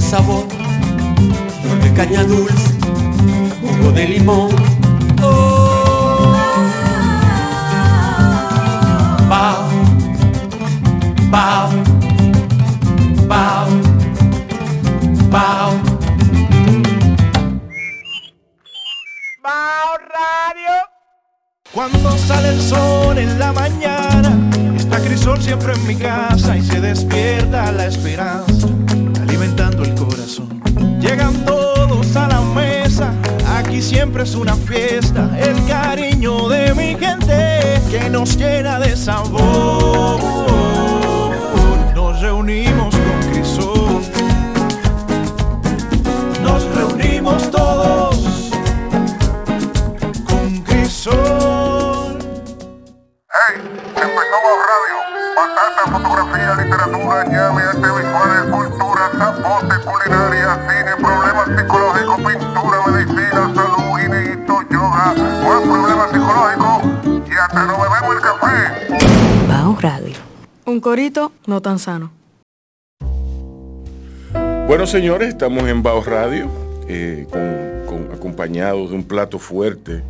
sabor, flor de caña dulce, jugo de limón. Oh. Bao, bao, bao, bao. Bao Radio. Cuando sale el sol en la mañana, está Crisol siempre en mi casa y se despierta la esperanza, alimentando el corazón. Llegan todos a la mesa, aquí siempre es una fiesta, el cariño de mi gente que nos llena de sabor. Nos reunimos con Crisol, nos reunimos todos con Crisol. ¡Hey! Empezamos radio. Batata, fotografía, literatura, llave, arte visual, cultura, zapote, culinaria, cine, problemas psicológicos, pintura, medicina, salud, guineíto, yoga, más problemas psicológicos y hasta nos bebemos el café. Bao Radio. Un corito no tan sano. Bueno, señores, estamos en Baos Radio, eh, con- con- acompañados de un plato fuerte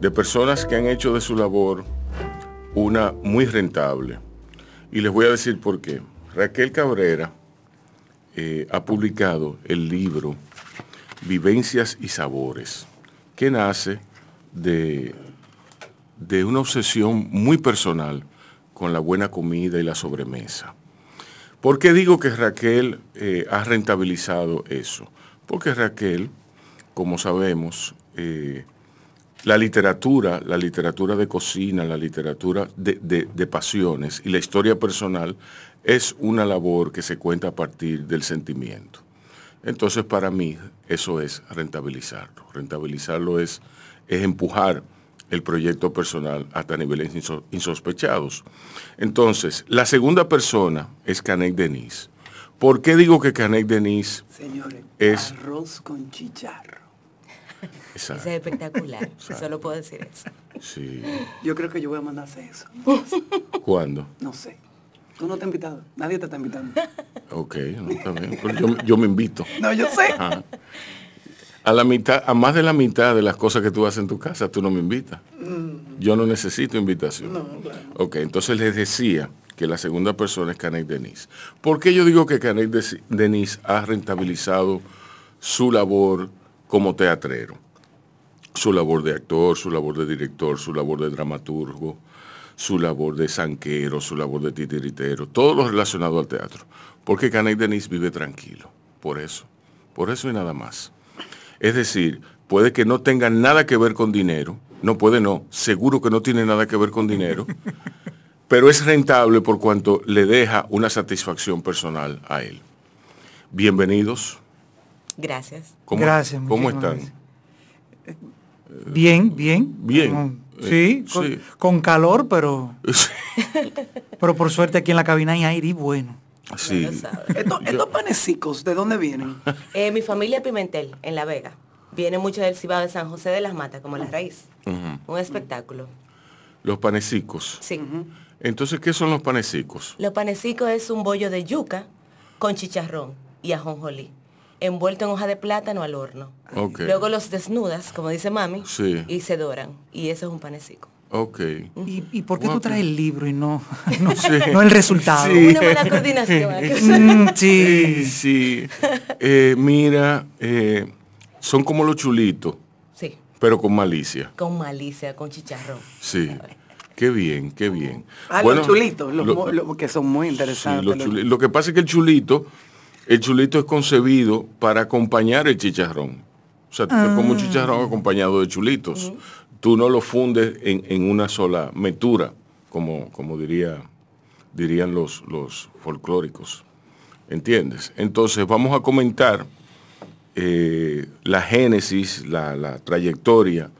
de personas que han hecho de su labor una muy rentable. Y les voy a decir por qué. Raquel Cabrera eh, ha publicado el libro Vivencias y Sabores, que nace de, de una obsesión muy personal con la buena comida y la sobremesa. ¿Por qué digo que Raquel eh, ha rentabilizado eso? Porque Raquel, como sabemos, eh, la literatura, la literatura de cocina, la literatura de, de- de pasiones y la historia personal es una labor que se cuenta a partir del sentimiento. Entonces para mí eso es rentabilizarlo. Rentabilizarlo es, es empujar el proyecto personal hasta niveles inso- insospechados. Entonces, la segunda persona es Canek Denis. ¿Por qué digo que Canek Denis Señores, Es- arroz con chicharro. es... Eso es espectacular. Solo puedo decir eso. Sí. Yo creo que yo voy a mandarse eso. ¿Cuándo? No sé. Tú no te has invitado. Nadie te está invitando. Ok, no, está bien, pero yo, yo me invito. No, yo sé. Ajá. A la mitad, a más de la mitad de las cosas que tú haces en tu casa, tú no me invitas. Yo no necesito invitación. Ok, entonces les decía que la segunda persona es Canek Denis. ¿Por qué yo digo que Canek Desi- Denis ha rentabilizado su labor como teatrero? Su labor de actor, su labor de director, su labor de dramaturgo, su labor de zanquero, su labor de titiritero, todo lo relacionado al teatro. Porque Canek Denis vive tranquilo, por eso, por eso y nada más. Es decir, puede que no tenga nada que ver con dinero, no puede no, seguro que no tiene nada que ver con dinero, pero es rentable por cuanto le deja una satisfacción personal a él. Bienvenidos. Gracias. ¿Cómo, Gracias, ¿cómo muchísimas están? gracias. Bien, bien. Bien. Como- Eh, Sí, con, sí. con calor, pero, pero por suerte aquí en la cabina hay aire y bueno. Sí. lo sabes. Estos, estos panecicos, ¿de dónde vienen? Eh, mi familia es Pimentel, en La Vega. Viene mucho del Cibao de San José de las Matas, como la raíz. Un espectáculo. Los panecicos. Sí. Entonces, ¿qué son los panecicos? Los panecicos es un bollo de yuca con chicharrón y ajonjolí, envuelto en hoja de plátano al horno. Ok. Luego los desnudas, como dice mami, Sí. y se doran. Y eso es un panecico. Ok. ¿Y, y por qué Guau, tú traes pero- el libro y no, no, Sí. no el resultado? Sí. Una buena coordinación. ¿a que- Mm, Sí, sí. sí. Eh, mira, eh, son como los chulitos, Sí, pero con malicia. con malicia, con chicharrón. Sí. Qué bien, qué bien. Ah, Bueno, los chulitos, los, lo- mo- los que son muy sí, interesantes. los los- chuli- Lo que pasa es que el chulito, el chulito es concebido para acompañar el chicharrón. O sea, tú te comes un chicharrón acompañado de chulitos. Tú no lo fundes en, en una sola metura, como, como diría, dirían los, los folclóricos. ¿Entiendes? Entonces vamos a comentar eh, la génesis, la, la trayectoria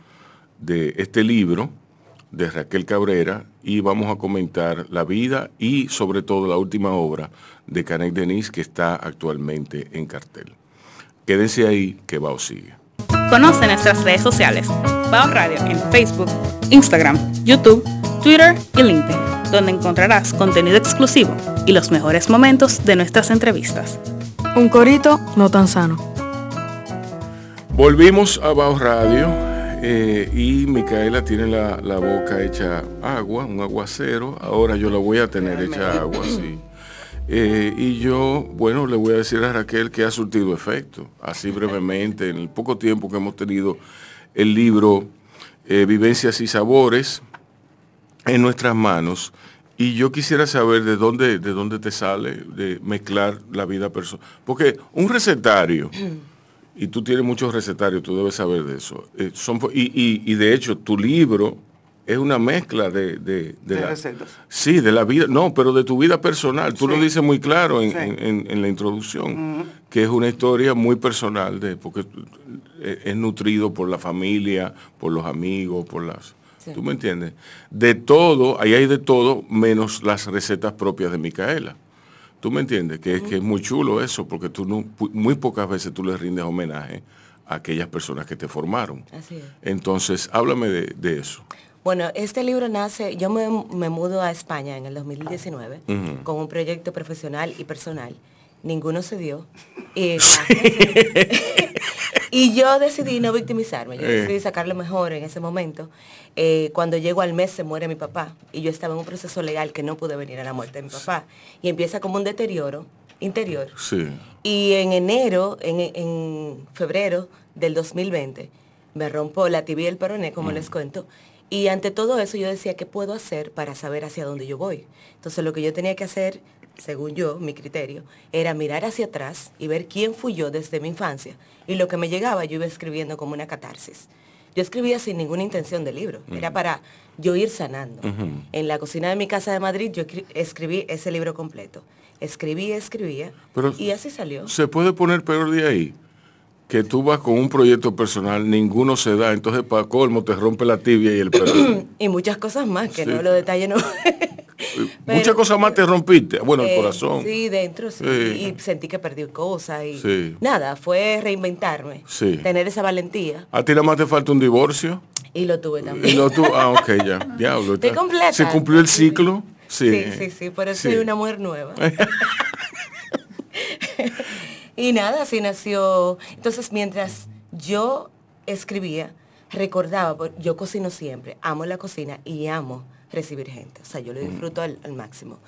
de este libro de Raquel Cabrera y vamos a comentar la vida y sobre todo la última obra de Canek Denis que está actualmente en cartel. Quédense ahí que Bao sigue. Conoce nuestras redes sociales, Bao Radio en Facebook, Instagram, YouTube, Twitter y LinkedIn, donde encontrarás contenido exclusivo y los mejores momentos de nuestras entrevistas. Un corito no tan sano. Volvimos a Bajo Radio eh, y Micaela tiene la, la boca hecha agua, un aguacero. Ahora yo la voy a tener hecha agua, sí. Eh, y yo, bueno, le voy a decir a Raquel que ha surtido efecto, así brevemente, en el poco tiempo que hemos tenido el libro eh, Vivencias y Sabores en nuestras manos. Y yo quisiera saber de dónde, de dónde te sale de mezclar la vida personal. Porque un recetario, y tú tienes muchos recetarios, tú debes saber de eso. eh, son, po- y, y- y de hecho, tu libro es una mezcla de, de- de De la- recetas. Sí, de la vida, no, pero de tu vida personal. Tú lo Sí. dices muy claro en, Sí. en- en- en la introducción, que es una historia muy personal, de, porque tú- eh, es nutrido por la familia, por los amigos, por las... Sí. ¿Tú me entiendes? De todo, ahí hay de todo, menos las recetas propias de Micaela. ¿Tú me entiendes? Que, es- que es muy chulo eso, porque tú no, pu- muy pocas veces tú le rindes homenaje a aquellas personas que te formaron. Así es. Entonces, háblame de, de eso. Bueno, este libro nace, yo me, me mudo a España en el 2019 Ah. Ujú. con un proyecto profesional y personal. Ninguno se dio. Y, y yo decidí no victimizarme, yo Eh. decidí sacar lo mejor en ese momento. Eh, cuando llego al mes se muere mi papá y yo estaba en un proceso legal que no pude venir a la muerte de mi papá. Y empieza como un deterioro interior. Sí. Y en enero, en, en febrero del 2020, me rompo la tibia y el peroné, como les cuento. Y ante todo eso yo decía, ¿qué puedo hacer para saber hacia dónde yo voy? Entonces lo que yo tenía que hacer, según yo, mi criterio, era mirar hacia atrás y ver quién fui yo desde mi infancia. Y lo que me llegaba yo iba escribiendo como una catarsis. Yo escribía sin ninguna intención de libro, era para yo ir sanando. En la cocina de mi casa de Madrid yo escri- escribí ese libro completo. Escribí, escribía Pero- y así salió. Se puede poner peor de ahí. Que tú vas con un proyecto personal, ninguno se da, entonces para colmo te rompe la tibia y el Eh, peroné. Y muchas cosas más que Sí. no lo detalle no. Pero- Muchas cosas más te rompiste. Bueno, Eh, el corazón. Sí, dentro, sí. Sí. Y sentí que perdí cosas y Sí. nada, fue reinventarme, Sí. tener esa valentía A ti nada más te falta un divorcio. y lo tuve Y también. no tú, ah, ok, ya, diablo. Estoy está- completa. Se cumplió el ciclo. Sí, Sí, sí, sí, por eso soy una mujer nueva. y nada, así nació. Entonces, mientras yo escribía, recordaba, por- yo cocino siempre, amo la cocina y amo recibir gente. O sea, yo lo disfruto al, al máximo.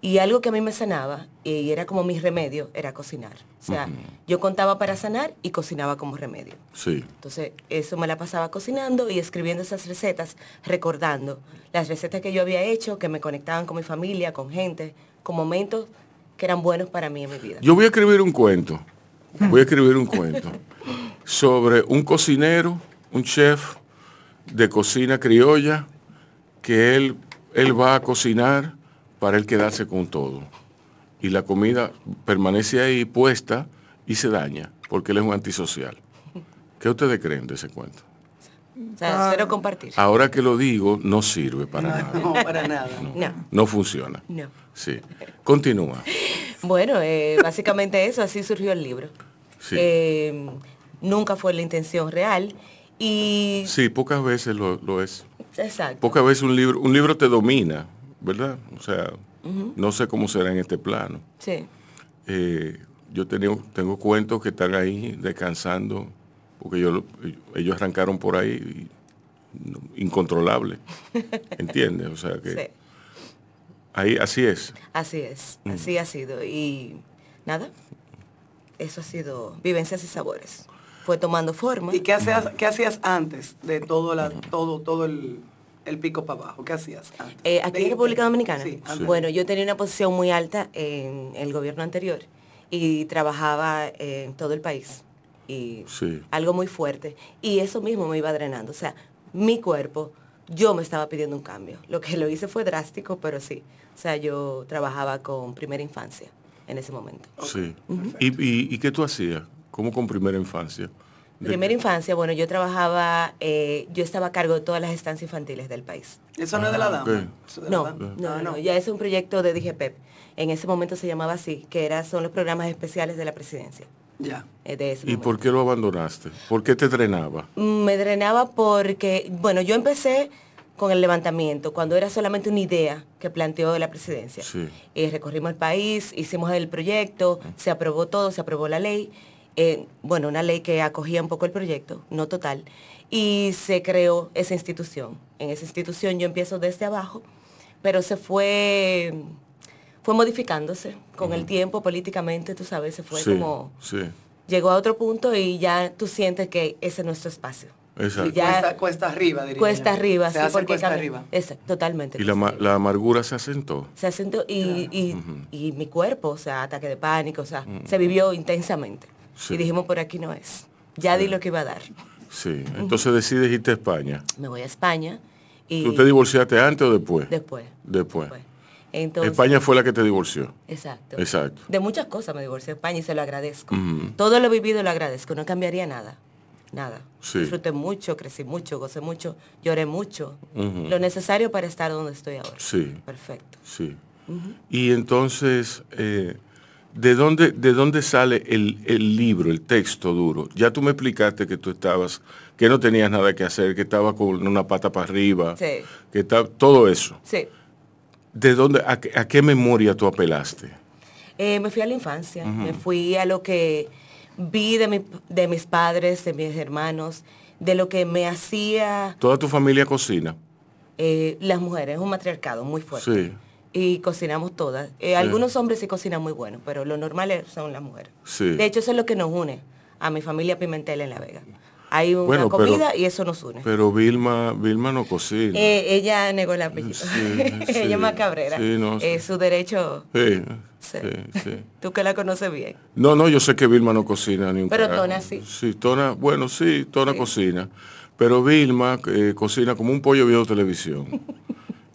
Y algo que a mí me sanaba, y era como mi remedio, era cocinar. O sea, yo contaba para sanar y cocinaba como remedio. Sí. Entonces, eso me la pasaba cocinando y escribiendo esas recetas, recordando las recetas que yo había hecho, que me conectaban con mi familia, con gente, con momentos que eran buenos para mí en mi vida. Yo voy a escribir un cuento. Voy a escribir un cuento sobre un cocinero, un chef de cocina criolla, que él, él va a cocinar para él quedarse con todo. Y la comida permanece ahí puesta y se daña, porque él es un antisocial. ¿Qué ustedes creen de ese cuento? O sea, cero compartir. Ahora que lo digo, no sirve para nada. No, para nada. No, No funciona. no. Sí. Continúa. Bueno, eh, básicamente eso, así surgió el libro. Sí. Eh, nunca fue la intención real y... Sí, pocas veces lo, lo es. Exacto. Pocas veces un libro, un libro te domina, ¿verdad? O sea, no sé cómo será en este plano. Sí. Eh, yo tenía- tengo cuentos que están ahí descansando, porque yo, lo- ellos arrancaron por ahí y- no- incontrolable. ¿Entiendes? O sea que sí, ahí así es. así es, así ha sido. Y nada, eso ha sido vivencias y sabores. Fue tomando forma. ¿Y qué hacías, qué hacías antes de todo, la, todo, todo el, el pico para abajo? ¿Qué hacías antes? Eh, aquí De- en República Dominicana. Sí, antes. Bueno, yo tenía una posición muy alta en el gobierno anterior y trabajaba en todo el país. Y Sí. algo muy fuerte. Y eso mismo me iba drenando. O sea, mi cuerpo, yo me estaba pidiendo un cambio. Lo que lo hice fue drástico, pero sí. O sea, yo trabajaba con primera infancia en ese momento. Sí. ¿Y, y, y qué tú hacías? ¿Cómo con primera infancia? De- Primera infancia, bueno, yo trabajaba, eh, yo estaba a cargo de todas las estancias infantiles del país. Eso no es de la Ah, dama. ok. Eso de Ah, la No, dama. no, no, ya es un proyecto de DGPEP. En ese momento se llamaba así, que era, son los programas especiales de la presidencia. Ya. eh, de ese ¿Y momento. por qué lo abandonaste? ¿Por qué te drenaba? Mm, Me drenaba porque, bueno, yo empecé con el levantamiento, cuando era solamente una idea que planteó la presidencia. Sí. Eh, recorrimos el país, hicimos el proyecto, se aprobó todo, se aprobó la ley. eh, bueno, una ley que acogía un poco el proyecto, no total, y se creó esa institución. En esa institución yo empiezo desde abajo, pero se fue, fue modificándose con el tiempo políticamente, tú sabes, se fue sí, como, sí. llegó a otro punto y ya tú sientes que ese es nuestro espacio. Exacto. Y ya- Cuesta, cuesta arriba, diría Cuesta yo. arriba, Se sí, hace porque cuesta cambia- arriba. Exacto, totalmente. Y la, ma- la amargura se asentó. se asentó y, y- y mi cuerpo, o sea, ataque de pánico, o sea, se vivió intensamente. Mm, Sí. Y dijimos, por aquí no es. Ya di lo que iba a dar. Sí. Entonces decides irte a España. Me voy a España y ¿Tú te divorciaste antes o después? después. Después. Entonces, España fue la que te divorció. Exacto. Exacto. De muchas cosas me divorcié de España y se lo agradezco. Ujú. Todo lo vivido lo agradezco, no cambiaría nada. Nada. Sí. Disfruté mucho, crecí mucho, gocé mucho, lloré mucho. Ujú. Lo necesario para estar donde estoy ahora. Sí. Perfecto. Sí. Y entonces, eh, ¿de, dónde, ¿de dónde sale el, el libro, el texto duro? Ya tú me explicaste que tú estabas, que no tenías nada que hacer, que estabas con una pata para arriba, Sí. que estaba, todo eso. Sí. ¿De dónde, a, qué- a qué memoria tú apelaste? Eh, me fui a la infancia, me fui a lo que vi de, mi- de mis padres, de mis hermanos, de lo que me hacía ¿Toda tu familia cocina? eh, las mujeres, un matriarcado muy fuerte. Sí, Y cocinamos todas. Eh, Algunos hombres sí cocinan muy bueno, pero lo normal es- son las mujeres. sí. De hecho, eso es lo que nos une a mi familia Pimentel en La Vega. Hay una Bueno, pero- comida y eso nos une. Pero Vilma, Vilma no cocina. Eh, ella negó el apellido. Sí, sí, ella es más cabrera. sí, no, sí. Eh, su derecho, Sí, Sí. sí, sí. tú que la conoces bien. No, no, yo sé que Vilma no cocina ni un Pero carajo. Tona sí. Sí, Tona, bueno, sí, Tona cocina. Pero Vilma eh, cocina como un pollo viejo de televisión.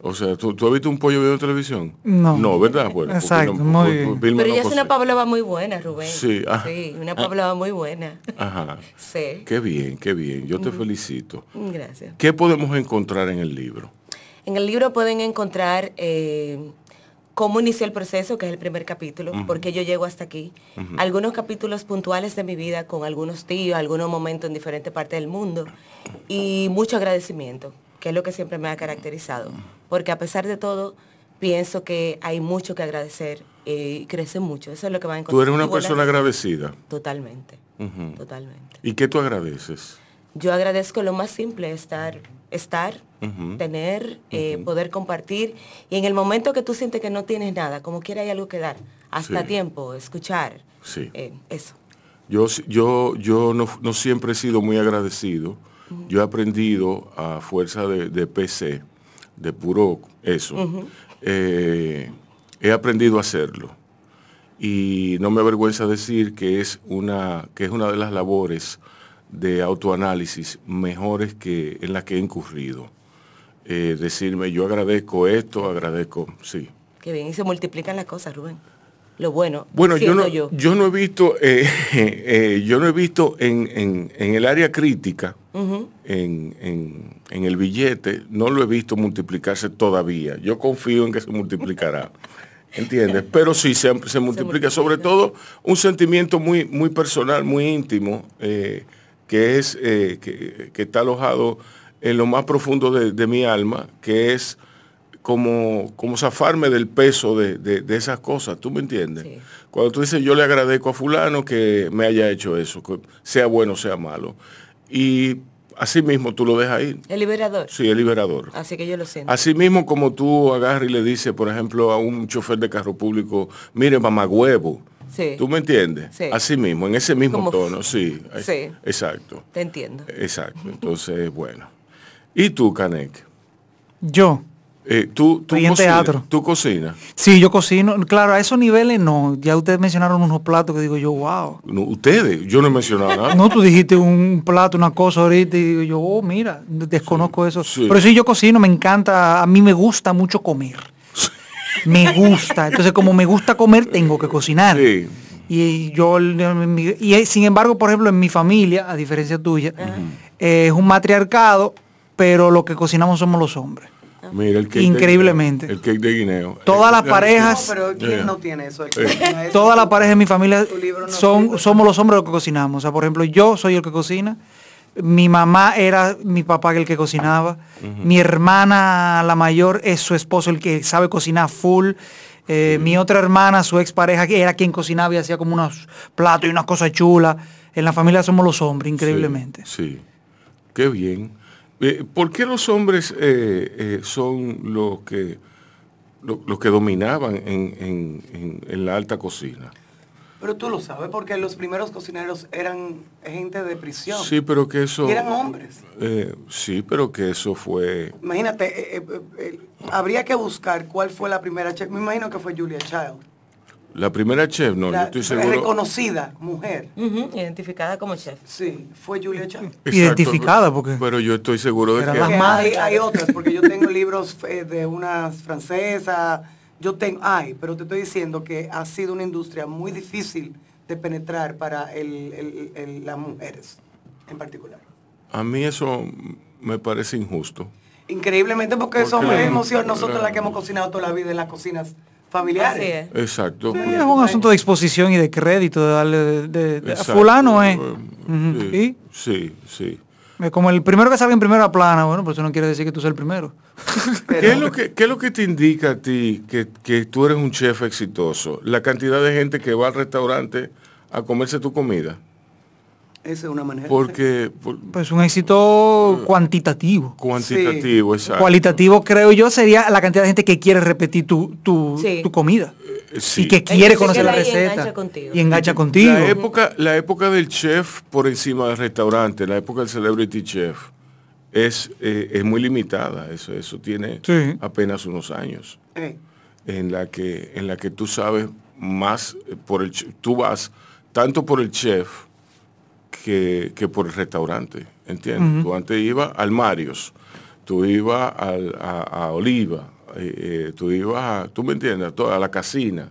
O sea, ¿tú, tú has visto un pollo viejo de televisión? No. No, ¿verdad? Bueno, porque Exacto, no- muy porque bien. Vilma Pero no ella es una cocina. pablova muy buena, Rubén. Sí, ah. Sí, una pablova muy buena. Ajá. Sí. Qué bien, qué bien. Yo Mm. te felicito. Gracias. ¿Qué podemos encontrar en el libro? En el libro pueden encontrar eh, cómo inició el proceso, que es el primer capítulo, por qué yo llego hasta aquí. Algunos capítulos puntuales de mi vida con algunos tíos, algunos momentos en diferentes partes del mundo y mucho agradecimiento, que es lo que siempre me ha caracterizado. Porque a pesar de todo, pienso que hay mucho que agradecer eh, y crece mucho. Eso es lo que va a encontrar. Tú eres una Y buenas- persona agradecida. Totalmente, Ujú. totalmente. ¿Y qué tú agradeces? Yo agradezco lo más simple, estar, estar, Ujú. tener, eh, poder compartir. Y en el momento que tú sientes que no tienes nada, como quiera hay algo que dar, hasta Sí. tiempo, escuchar, Sí. eh, eso. Yo, s- yo, yo no, f- no siempre he sido muy agradecido. Yo he aprendido a fuerza de, de PC, de puro eso. eh, he aprendido a hacerlo. Y no me avergüenza decir que es una, que es una de las labores de autoanálisis mejores que, en las que he incurrido. Eh, decirme, yo agradezco esto, agradezco, sí. Qué bien, y se multiplican las cosas, Rubén. Lo bueno, Bueno, yo siento no, yo. no he visto, eh, eh, yo no he visto en, en- en el área crítica, en, en- en el billete, no lo he visto multiplicarse todavía. Yo confío en que se multiplicará. ¿Entiendes? Pero sí se, se multiplica, sobre todo un sentimiento muy, muy personal, muy íntimo, eh, que es, eh, que, que está alojado en lo más profundo de, de mi alma, que es como, como zafarme del peso de, de- de esas cosas, ¿tú me entiendes? Sí. Cuando tú dices, yo le agradezco a fulano que me haya hecho eso, que sea bueno o sea malo. Y así mismo tú lo dejas ahí. El liberador. Sí, es liberador. Así que yo lo siento. Así mismo como tú agarras y le dices, por ejemplo, a un chofer de carro público, mire, mamagüevo. Sí. ¿Tú me entiendes? Sí. Así mismo, en ese mismo Como- tono, sí. Sí. Exacto, Te entiendo. Eh. exacto. Entonces, bueno. ¿Y tú, Canek? Yo. Eh, tú, tú Estoy en cocinas, teatro. Tú cocinas. Sí, yo cocino. Claro, a esos niveles no. Ya ustedes mencionaron unos platos que digo yo, wow. No, ustedes, yo no he mencionado nada. No, tú dijiste un plato, una cosa ahorita y digo yo, oh, mira, desconozco eso. sí. Pero sí, yo cocino, me encanta, a mí me gusta mucho comer. Me gusta. Entonces, como me gusta comer, tengo que cocinar. Sí. Y yo, y eh, sin embargo, por ejemplo, en mi familia, a diferencia tuya, eh, es un matriarcado, pero lo que cocinamos somos los hombres. Mira, el cake de Increíblemente. guineo, el cake de guineo. Todas Eh, las eh, No, parejas- pero ¿quién Yeah. no tiene eso? El- eso Toda tú- la pareja de mi familia tu libro no son, sirve. somos los hombres los que cocinamos. O sea, por ejemplo, yo soy el que cocina, Mi mamá era mi papá el que cocinaba. Mi hermana, la mayor, es su esposo el que sabe cocinar full. Eh, Mi otra hermana, su expareja, que era quien cocinaba y hacía como unos platos y unas cosas chulas. En la familia somos los hombres, increíblemente. Sí. Qué bien. Eh, ¿Por qué los hombres eh, eh, son los que, lo- los que dominaban en, en- en- en la alta cocina? Pero tú lo sabes, porque los primeros cocineros eran gente de prisión. Sí, pero que eso... Y eran hombres. Eh, sí, pero que eso fue... Imagínate, eh, eh, eh, eh, habría que buscar cuál fue la primera chef. Me imagino que fue Julia Child. La primera chef, no, la yo estoy seguro... Reconocida mujer. Ujú, Identificada como chef. Sí, fue Julia Child. Exacto, Identificada, pero- porque- Pero yo estoy seguro de Eran que... las Porque madres. hay, hay otras, porque yo tengo libros eh, de unas francesas, yo tengo, hay, pero te estoy diciendo que ha sido una industria muy difícil de penetrar para el- el- el- las mujeres en particular. A mí eso me parece injusto. Increíblemente porque, Porque somos la- emoción, nosotros la- las que hemos cocinado toda la vida en las cocinas Así familiares. es. Exacto. Sí, es un asunto de exposición y de crédito, de darle de, de- de- a Exacto, fulano, ¿eh? eh, Ujú, sí, ¿Y? sí, sí. Eh, Como el primero que salga en primera plana, bueno, pero eso no quiere decir que tú seas el primero. ¿Qué, es lo que, qué es lo que te indica a ti que, que tú eres un chef exitoso? La cantidad de gente que va al restaurante a comerse tu comida. Esa es una manera. Porque por- Pues un éxito cuantitativo. cuantitativo, exacto. Cualitativo, creo yo, sería la cantidad de gente que quiere repetir tu, tu, Sí. tu comida. Eh, sí. Y que que quiere se conocer la queda ahí y receta. engancha contigo. Y engancha contigo. La época, la época del chef por encima del restaurante, la época del celebrity chef, es, eh, es muy limitada. Eso, eso tiene Sí. apenas unos años. Eh, en la que en la que tú sabes más eh, por el ch- tú vas tanto por el chef que, que por el restaurante entiendes tú antes ibas al Marios tú ibas al- a, a Oliva eh, eh, tú ibas a, tú me entiendes a, toda, a la casina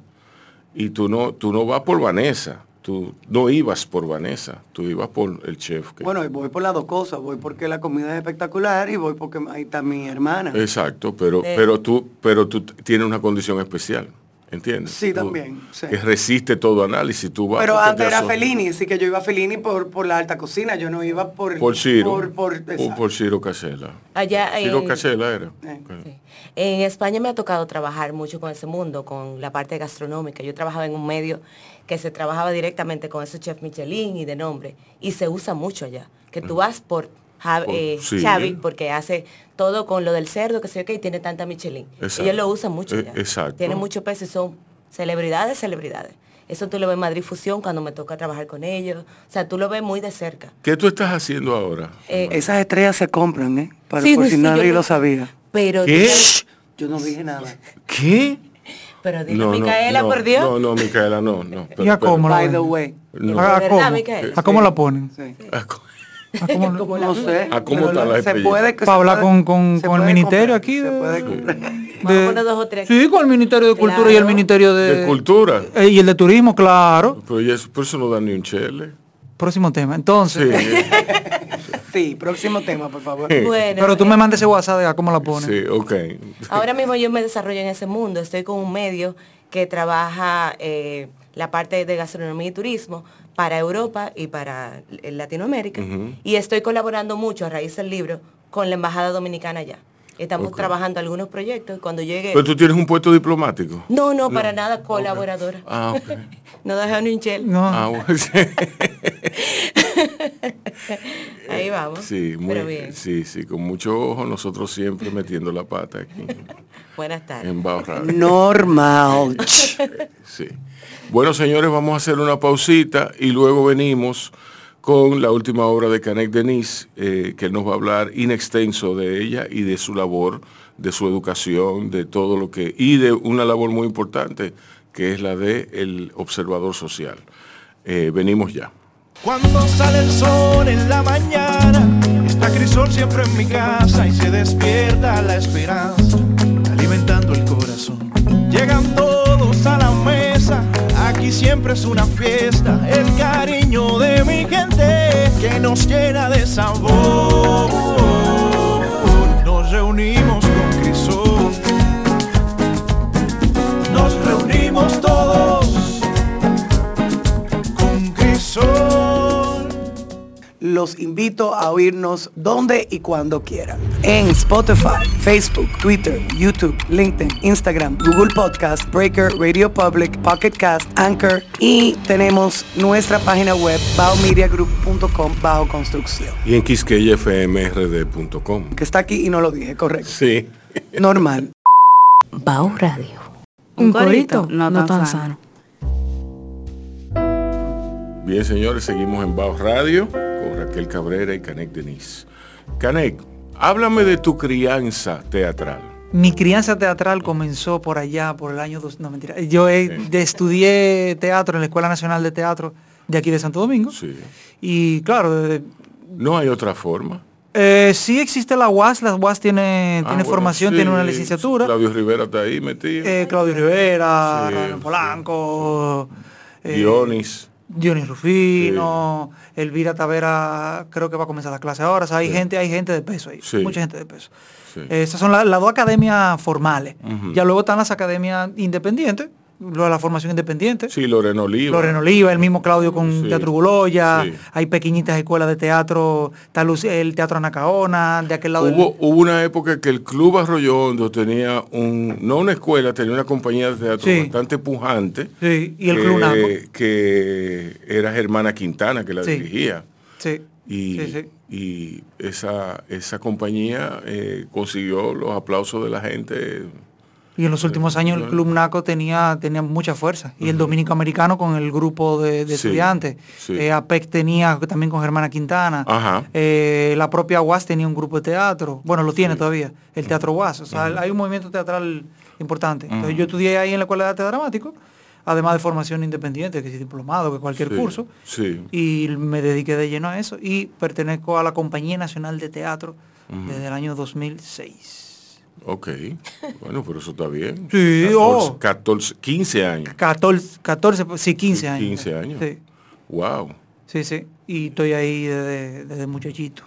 y tú no tú no vas por Vanessa tú no ibas por Vanessa tú ibas por el chef que- Bueno, y voy por las dos cosas, voy porque la comida es espectacular y voy porque ahí está mi hermana. Exacto, pero, pero tú, pero tú t- tienes una condición especial, ¿entiendes? Sí, Tú- también, sí. Que resiste todo análisis. Tú vas Pero porque te antes era aso- Fellini, sí que yo iba a Fellini por, por la alta cocina, yo no iba por... Por Ciro. Por, por- o exacto. por Ciro Casella. Allá Ciro en- Casella era. Eh. Ok. Sí. En España me ha tocado trabajar mucho con ese mundo, con la parte gastronómica. Yo trabajaba en un medio que se trabajaba directamente con esos chefs Michelin y de nombre. Y se usa mucho allá. Que tú vas por Javi, Mm. Por- eh, sí. Xavi, porque hace todo con lo del cerdo, que sé yo qué, y tiene tanta Michelin. Exacto. Ellos lo usan mucho Eh, allá. exacto. Tienen mucho peso y son celebridades, celebridades. Eso tú lo ves en Madrid Fusión cuando me toca trabajar con ellos. O sea, tú lo ves muy de cerca. ¿Qué tú estás haciendo ahora? Eh, Esas estrellas se compran, ¿eh? Para, Sí, por sí, si sí, yo nadie lo- lo sabía. pero, ¿Qué? Yo no dije nada. ¿Qué? pero dile a Micaela, por Dios. No, no, Micaela, no. no pero- ¿Y a pero- cómo la By ven? the way. no. ¿A ¿Verdad, cómo? Micaela? ¿A cómo la ponen? Sí. ¿A cómo? ¿A cómo la- No sé. ¿A cómo pero están las se estrellas? puede que Para se hablar puede- con, con- se con el puede ministerio comprar, aquí. se de- puede comprar. Vamos a poner dos o tres. Sí, con el Ministerio de Cultura y el Claro. Ministerio de... De cultura. Eh, y el de Turismo, claro. Pero y eso, por eso no dan ni un chele. Próximo tema. Sí. Entonces, eh, Sí, próximo tema, por favor. Bueno, pero tú eh, me mandes ese WhatsApp de a cómo la pones. sí, ok. Ahora mismo yo me desarrollo en ese mundo, estoy con un medio que trabaja eh, la parte de gastronomía y turismo para Europa y para eh, Latinoamérica. Y estoy colaborando mucho a raíz del libro con la Embajada Dominicana allá. Estamos Ok. trabajando algunos proyectos y cuando llegue... Pero tú tienes un puesto diplomático. No, no, para nada colaboradora. Ah, ok. No deja ni un chel. No, Ah, bueno, sí. Ahí vamos. Sí, muy, Pero bien. sí, sí, con mucho ojo, nosotros siempre metiendo la pata aquí Buenas tardes. en Bao Radio. Normal. Sí. Bueno, señores, vamos a hacer una pausita y luego venimos con la última obra de Canek Denis, eh, que él nos va a hablar in extenso de ella y de su labor, de su educación, de todo lo que... y de una labor muy importante, que es la de el observador social. Eh, venimos ya. Cuando sale el sol en la mañana, está Crisol siempre en mi casa y se despierta la esperanza, alimentando el corazón. Llegan todos a la mesa, aquí siempre es una fiesta, el cariño de mi gente que nos llena de sabor. Nos reunimos con Crisol, nos reunimos todos con Crisol. los invito a oírnos donde y cuando quieran. En Spotify, Facebook, Twitter, YouTube, LinkedIn, Instagram, Google Podcast, Breaker, Radio Public, Pocket Cast, Anchor y tenemos nuestra página web baomediagroup.com bajo construcción. Y en quisqueyfmrd.com. Que está aquí y no lo dije, correcto. Sí. Normal. Bao Radio. Un corito no tan sano. Bien, señores, seguimos en Baos Radio con Raquel Cabrera y Canek Denis. Canek, háblame de tu crianza teatral. Mi crianza teatral comenzó por allá, por el año... Dos, no, mentira. Yo eh, de- estudié teatro en la Escuela Nacional de Teatro de aquí de Santo Domingo. Sí. Y claro, eh, No hay otra forma. eh, sí existe la UAS. La UAS tiene, Ah, tiene bueno, formación, sí, tiene una licenciatura. Claudio Rivera está ahí metido. Eh, Claudio Rivera, Sí, Rafael sí. Polanco, eh, Dionis. Dionis Rufino, Elvira Tavera, creo que va a comenzar la clase ahora. O sea, hay gente, hay gente de peso ahí, Sí. mucha gente de peso. Sí. Eh, esas son la- las dos academias formales. Ujú. Ya luego están las academias independientes, lo de la formación independiente. Sí, Loreno Oliva. Loreno Oliva, el mismo Claudio con Sí. Teatro Guloya, Sí. hay pequeñitas escuelas de teatro, está Lu- el Teatro Anacaona, de aquel lado del- Hubo, hubo una época que el Club Arroyo Hondo tenía un, no una escuela, tenía una compañía de teatro Sí. bastante pujante. Sí, y el que, Club Naco. que era Germana Quintana que la Sí. dirigía. Sí. Y, Sí, sí. y esa, esa compañía eh, consiguió los aplausos de la gente. Y en los últimos años el Club Naco tenía, tenía mucha fuerza. Y el dominico americano con el grupo de, de Sí, estudiantes. sí. Eh, APEC tenía también con Germana Quintana. Ajá. Eh, la propia UAS tenía un grupo de teatro. Bueno, lo tiene todavía, el Teatro UAS. O sea, hay un movimiento teatral importante. Entonces yo estudié ahí en la Escuela de Arte Dramático, además de formación independiente, que es diplomado, que cualquier Sí, curso. sí. Y me dediqué de lleno a eso. Y pertenezco a la Compañía Nacional de Teatro desde el año 2006. Ok. Bueno, pero eso está bien. Sí, 14, oh. 14, 15 años. 14, 14, pues, sí, 15 años. 15 años. Sí, Wow. sí, sí. Y estoy ahí desde, desde muchachito.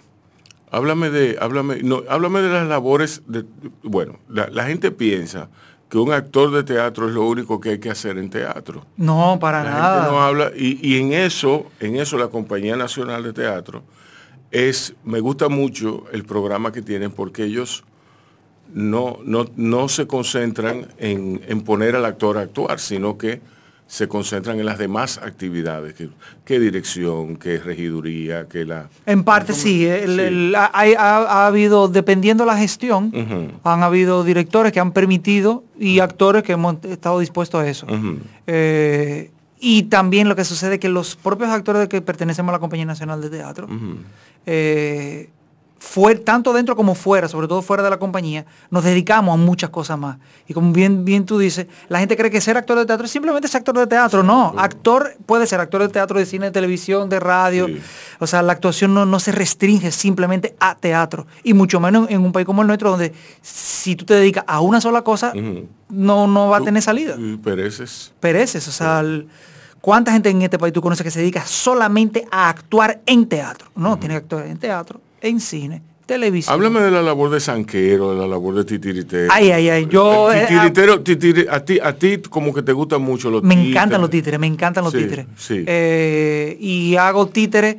Háblame de, háblame, no, háblame de las labores de, bueno, la, la gente piensa que un actor de teatro es lo único que hay que hacer en teatro. No, para La nada. gente no habla, y, y en eso, en eso la Compañía Nacional de Teatro es, me gusta mucho el programa que tienen porque ellos no, no, no se concentran en, en poner al actor a actuar, sino que se concentran en las demás actividades, que, que dirección, que regiduría, que la... En parte sí, el- el- ha, hay- ha- ha habido, dependiendo la gestión, Ujú. han habido directores que han permitido y actores que hemos estado dispuestos a eso. Ujú. Eh, y también lo que sucede es que los propios actores que pertenecemos a la Compañía Nacional de Teatro, Ujú. eh, fue, tanto dentro como fuera, sobre todo fuera de la compañía, nos dedicamos a muchas cosas más. Y como bien, bien tú dices, la gente cree que ser actor de teatro es simplemente ser actor de teatro. No, actor puede ser actor de teatro, de cine, de televisión, de radio. Sí. O sea, la actuación no, no se restringe simplemente a teatro. Y mucho menos en un país como el nuestro, donde si tú te dedicas a una sola cosa, Ujú. no, no va a Tú- tener salida y pereces. pereces. O sea, el- ¿cuánta gente en este país tú conoces que se dedica solamente a actuar en teatro? No, tiene que actuar en teatro, en cine, televisión. Háblame de la labor de Sanquero, de la labor de titiritero. Ay, ay, ay, yo, eh, Titiritero, titiri- a ti, a ti como que te gustan mucho los Me títeres. encantan los títeres, me encantan los Sí, títeres. sí. Eh, y hago títeres.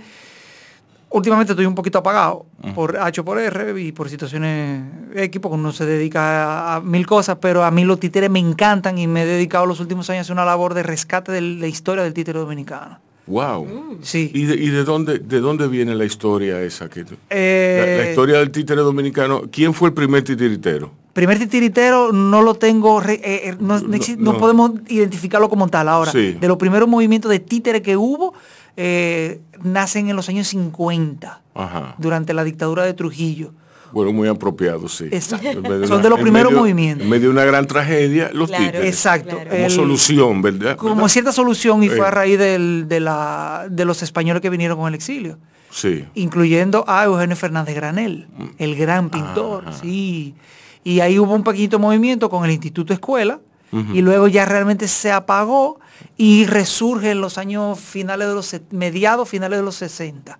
Últimamente estoy un poquito apagado por H por R y por situaciones X, porque uno se dedica a, a mil cosas, pero a mí los títeres me encantan y me he dedicado los últimos años a hacer una labor de rescate de la historia del títere dominicano. Wow. Sí. ¿Y, de, y de dónde de dónde viene la historia esa? Que tú- la, la Eh, historia del títere dominicano. ¿Quién fue el primer titiritero? Primer titiritero no lo tengo, re- eh, eh, no, no No, exi- no no. podemos identificarlo como tal ahora. Sí. De los primeros movimientos de títere que hubo, eh, nacen en los años 50, Ajá. durante la dictadura de Trujillo. Bueno, muy apropiado, sí. Exacto. En medio Son de los en primeros medio- movimientos. En medio de una gran tragedia, los Claro. títeres. Exacto. Claro. Como El- solución, ¿verdad? como ¿Verdad? cierta solución y fue Eh. a raíz del- de, la- de los españoles que vinieron con el exilio. Sí. incluyendo a Eugenio Fernández Granel, el gran pintor, Ajá. sí. Y ahí hubo un pequeñito movimiento con el Instituto Escuela, y luego ya realmente se apagó y resurge en los años finales de los, se- mediados finales de los 60,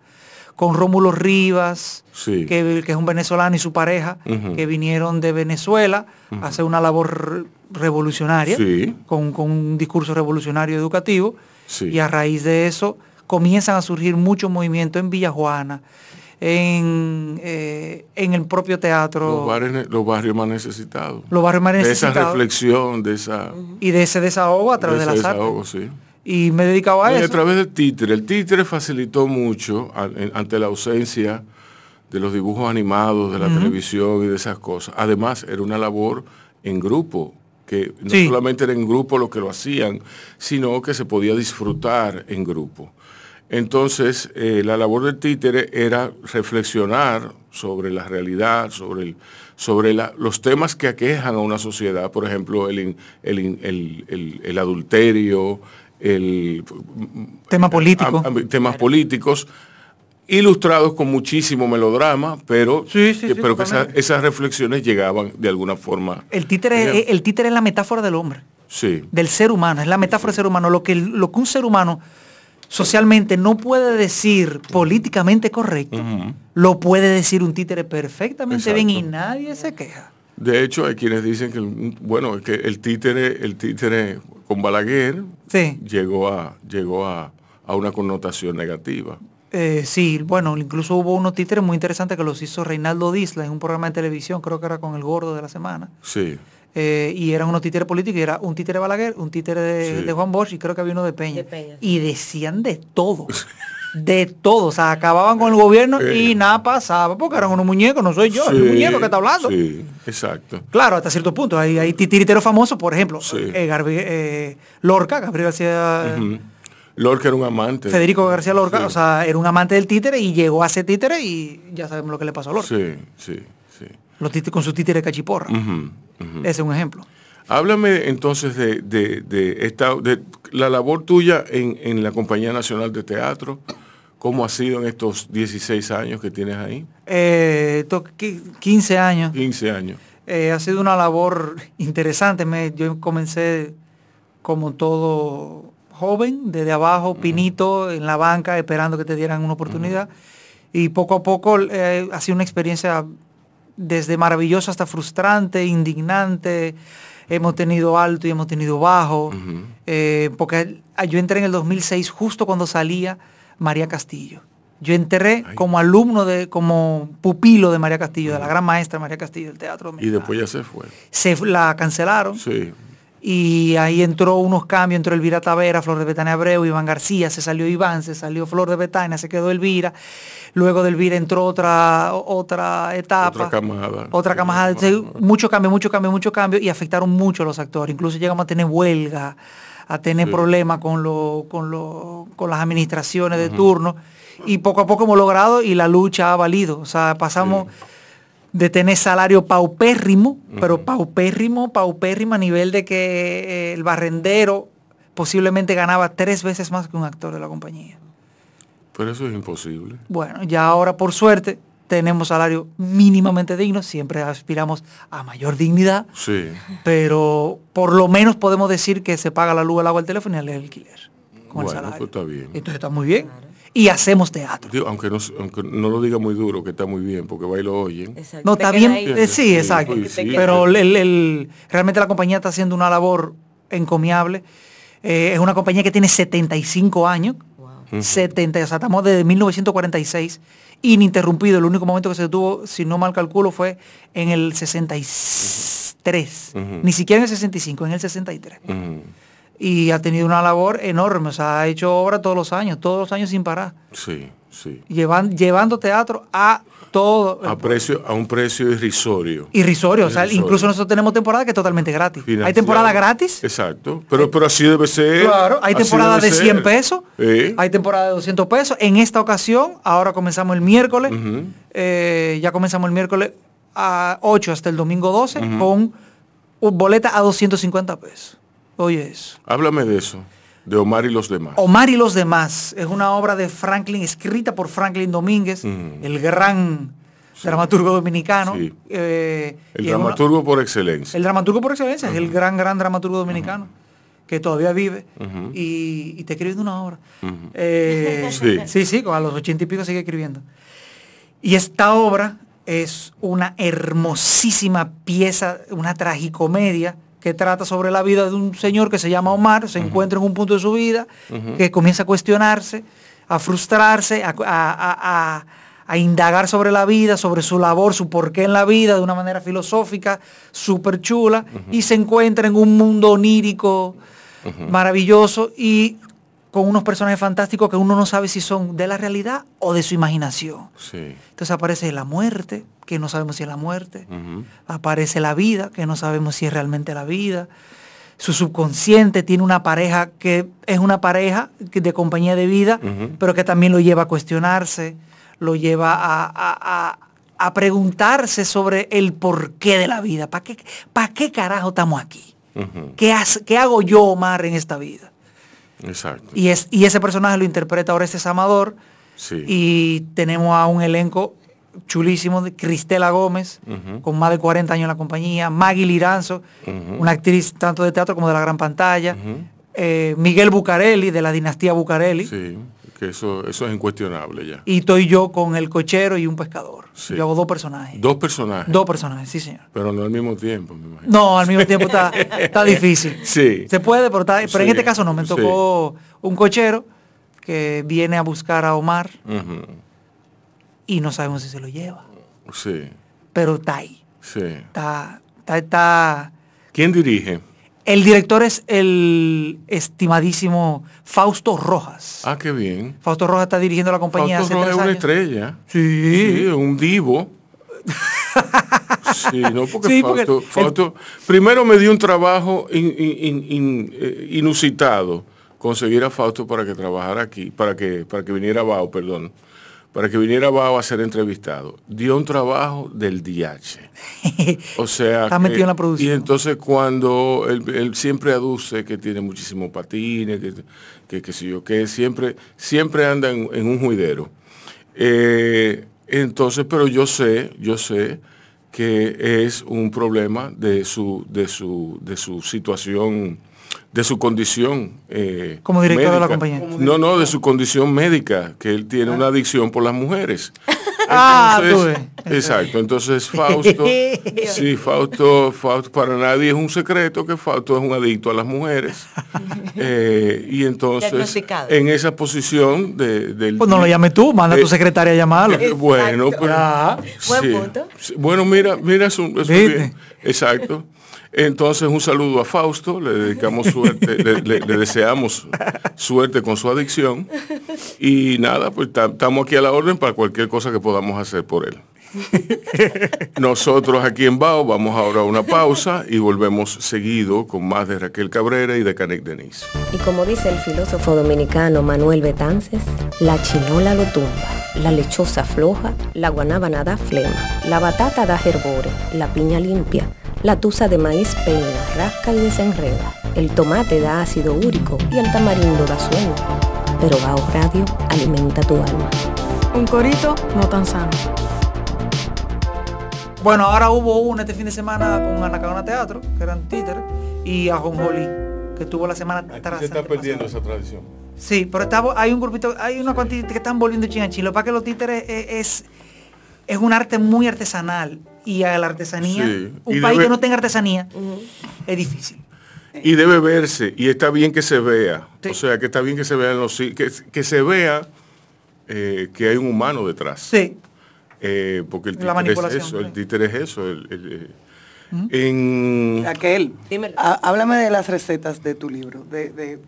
con Rómulo Rivas, Sí. que, que es un venezolano y su pareja, Ujú. que vinieron de Venezuela a hacer una labor revolucionaria, Sí. con, con un discurso revolucionario educativo, Sí. y a raíz de eso comienzan a surgir muchos movimientos en Villajuana, en, eh, en el propio Los teatro barrios, los barrios más necesitados. Los barrios más De esa necesitados. reflexión, de esa... y de ese desahogo a través de, ese las artes. desahogo, sí. Y me dedicaba a Y eso. a través del títere. El títere facilitó mucho a- en- ante la ausencia de los dibujos animados, de la Ujú. televisión y de esas cosas. Además, era una labor en grupo, que no Sí. solamente era en grupo lo que lo hacían, sino que se podía disfrutar en grupo. Entonces, eh, la labor del títere era reflexionar sobre la realidad, sobre, el- sobre la- los temas que aquejan a una sociedad, por ejemplo, el, in- el in- el- el- el adulterio, el Tema político. am- am- temas políticos, ilustrados con muchísimo melodrama, pero, que- sí, pero que esa- totalmente. esas reflexiones llegaban de alguna forma. El títere, Bien. es- el títere es la metáfora del hombre, Sí, del ser humano, es la metáfora del ser humano. Lo que, lo que un ser humano socialmente no puede decir políticamente correcto, lo puede decir un títere perfectamente bien y Exacto. nadie se queja. De hecho, hay quienes dicen que, el- bueno, que el títere, el títere con Balaguer Sí. llegó a, llegó a, a una connotación negativa. Eh, sí, bueno, incluso hubo unos títeres muy interesantes que los hizo Reinaldo Disla en un programa de televisión, creo que era con El Gordo de la Semana. Sí. Eh, y eran unos títeres políticos, y era un títere Balaguer, un títere de, Sí. de Juan Bosch y creo que había uno de Peña. De Peña, sí. Y decían de todo. De todo, o sea, acababan con el gobierno y Eh. nada pasaba, porque eran unos muñecos, no soy yo, es Sí, el muñeco que está hablando. Sí, exacto. Claro, hasta cierto punto. Hay, hay titiriteros famosos, por ejemplo, Sí. eh, Garbi- eh, Lorca, Gabriel García, Ujú. Lorca era un amante. Federico García Lorca, Sí. o sea, era un amante del títere y llegó a ser títere y ya sabemos lo que le pasó a Lorca. Sí, sí, sí. Los títeres- con su títere cachiporra. Ujú, ujú. Ese es un ejemplo. Háblame entonces de, de- de esta, de la labor tuya en, en la Compañía Nacional de Teatro, cómo ha sido en estos 16 años que tienes ahí, Eh, to- qui- 15 años. 15 años. Eh, ha sido una labor interesante. Me- yo comencé como todo joven, desde abajo, pinito, en la banca, esperando que te dieran una oportunidad. Y poco a poco eh, ha sido una experiencia desde maravillosa hasta frustrante, indignante. Hemos tenido alto y hemos tenido bajo. Ujú. Eh, porque ah, yo entré en el 2006 justo cuando salía María Castillo. Yo entré Ay. como alumno, de, como pupilo de María Castillo, de la gran maestra María Castillo del Teatro Y Dominicano. después ya se fue. se la cancelaron Sí. y ahí entró unos cambios, entró Elvira Tavera, Flor de Betania Abreu, Iván García, se salió Iván, se salió Flor de Betania, se quedó Elvira. Luego de Elvira entró otra, otra etapa. Otra camada. Otra camada, Otra entonces, camada. mucho cambio, mucho cambio, mucho cambio y afectaron mucho a los actores. Incluso llegamos a tener huelga, a tener Sí. problemas con, lo- con, lo- con las administraciones de turno y poco a poco hemos logrado y la lucha ha valido. O sea, pasamos de tener salario paupérrimo, pero paupérrimo, paupérrimo a nivel de que eh, el barrendero posiblemente ganaba tres veces más que un actor de la compañía. Pero eso es imposible. Bueno, ya ahora por suerte tenemos salario mínimamente digno, siempre aspiramos a mayor dignidad, Sí. pero por lo menos podemos decir que se paga la luz, el agua, el teléfono y el alquiler con Bueno, el salario. pues está bien. Entonces está muy bien. Y hacemos teatro. Digo, aunque, no, se- aunque no lo diga muy duro, que está muy bien, porque va y lo oyen. Exacto. No, Te está queda bien, ahí. eh, sí, Sí, exacto. pues sí. Pero el- el- realmente la compañía está haciendo una labor encomiable. Eh, es una compañía que tiene 75 años. Wow. 70, o sea, estamos desde 1946, ininterrumpido. El único momento que se detuvo, si no mal calculo, fue en el 63. Ujú. Ni siquiera en el 65, en el 63. Ujú. Y ha tenido una labor enorme, o sea, ha hecho obra todos los años, todos los años sin parar, Sí, sí. llevan- llevando teatro a todo. el A, precio, a un precio irrisorio. Irrisorio, o sea, Irrisorio. incluso nosotros tenemos temporada que es totalmente gratis. Hay Financiado. temporada gratis. Exacto. Pero, pero así debe ser. Claro, hay así temporada debe de ser. 100 pesos, Sí. hay temporada de 200 pesos. En esta ocasión, ahora comenzamos el miércoles, Ujú. eh, ya comenzamos el miércoles a 8 hasta el domingo 12 con un boleta a 250 pesos. Oye eso. Háblame de eso, de Omar y los demás. Omar y los demás es una obra de Franklin, escrita por Franklin Domínguez, Ujú. el gran dramaturgo dominicano. Sí. eh, el y es una- dramaturgo por excelencia. El dramaturgo por excelencia, es el gran, gran dramaturgo dominicano, que todavía vive Ujú. y, y te escribiendo una obra. Eh, Sí. sí, sí, a los ochenta y pico sigue escribiendo. Y esta obra es una hermosísima pieza, una tragicomedia que trata sobre la vida de un señor que se llama Omar, se encuentra en un punto de su vida, que comienza a cuestionarse a frustrarse, a, a- a- a- a indagar sobre la vida, sobre su labor, su porqué en la vida de una manera filosófica, súper chula, y se encuentra en un mundo onírico, maravilloso, y con unos personajes fantásticos que uno no sabe si son de la realidad o de su imaginación. Sí. Entonces aparece la muerte, que no sabemos si es la muerte. Ujú. Aparece la vida, que no sabemos si es realmente la vida. Su subconsciente tiene una pareja que es una pareja que- de compañía de vida, Ujú. pero que también lo lleva a cuestionarse, lo lleva a, a- a- a preguntarse sobre el porqué de la vida. ¿Para qué, para qué carajo estamos aquí? Ujú. ¿Qué, hace- ¿Qué hago yo, Omar, en esta vida? Exacto. Y, es, y ese personaje lo interpreta ahora este Amador, Sí. y tenemos a un elenco chulísimo de Cristela Gómez, Ujú. con más de 40 años en la compañía, Maggie Liranzo, Ujú. una actriz tanto de teatro como de la gran pantalla, Ujú. eh, Miguel Bucarelli, de la dinastía Bucarelli, Sí, que eso, eso es incuestionable ya. y estoy yo con el cochero y un pescador. Sí. Yo hago dos personajes. Dos personajes. Dos personajes, sí, señor. Pero no al mismo tiempo, me imagino. No, al mismo tiempo está, está difícil. Sí. Se puede, pero, está- pero en Sí, este caso no. Me sí. tocó un cochero que viene a buscar a Omar Ujú. y no sabemos si se lo lleva, Sí, pero está ahí. sí. Está, está, está- ¿Quién dirige? El director es el estimadísimo Fausto Rojas. Ah, qué bien. Fausto Rojas está dirigiendo la compañía Fausto hace Rojas tres es una años. estrella. Sí. Sí, un divo. Sí, no, porque, Sí, porque Fausto, el- Fausto- primero me dio un trabajo in- in- in- in- eh, inusitado, conseguir a Fausto para que trabajara aquí, para que, para que viniera a Bao, perdón, para que viniera a Bao a ser entrevistado. Dio un trabajo del DH. O sea, Está metido en la producción. Y entonces cuando él, él siempre aduce que tiene muchísimos patines, que, que, que sé yo, que siempre, siempre anda en, en un juidero. Eh, entonces, pero yo sé, yo sé que es un problema de su, de su, de su situación, de su condición. eh, Como director de la médica. compañía. Como No, no, de su condición médica, que él tiene una adicción por las mujeres. Ah, Entonces, tú ves. exacto, entonces Fausto, sí, Fausto, Fausto, para nadie es un secreto que Fausto es un adicto a las mujeres. Eh, y entonces, Diagnosticado. en esa posición de- del... Pues no lo llames tú, manda a tu Eh, secretaria a llamarlo. eh, Bueno, Exacto. pero- Ah. Buen sí. punto. Sí, Bueno, mira, mira, es un, es un Viste. bien- Exacto. Entonces, un saludo a Fausto, le dedicamos suerte, le, le- le deseamos suerte con su adicción. Y nada, pues ta- estamos aquí a la orden para cualquier cosa que podamos hacer por él. Nosotros aquí en Bao vamos ahora a una pausa y volvemos seguido con más de Raquel Cabrera y de Canek Denise. Y como dice el filósofo dominicano Manuel Betances, la chinola lo tumba, la lechosa floja, la guanábana da flema, la batata da herbore, la piña limpia, la tusa de maíz peina, rasca y desenreda, el tomate da ácido úrico y el tamarindo da sueño. Pero Bao Radio alimenta tu alma. Un corito no tan sano. Bueno, ahora hubo uno este fin de semana con Anacaona Teatro, que eran títeres, y a Jonjolí, que tuvo la semana tras. perdiendo esa tradición. Sí, pero está vo- hay un grupito, hay una cuantita que están volviendo chin a chin. Lo que pasa es que los títeres e- es, es, un arte muy artesanal. Y a la artesanía, Sí, un y país debe- que no tenga artesanía, es difícil. Y debe verse, y está bien que se vea. Sí. O sea, que está bien que se vean los si- que, que se vea eh, que hay un humano detrás. Sí. Eh, porque el La títer es manipulación, eso, sí. el títer es eso. el- el, eh, en- Raquel, Dímelo. há- háblame de las recetas de tu libro, de, de,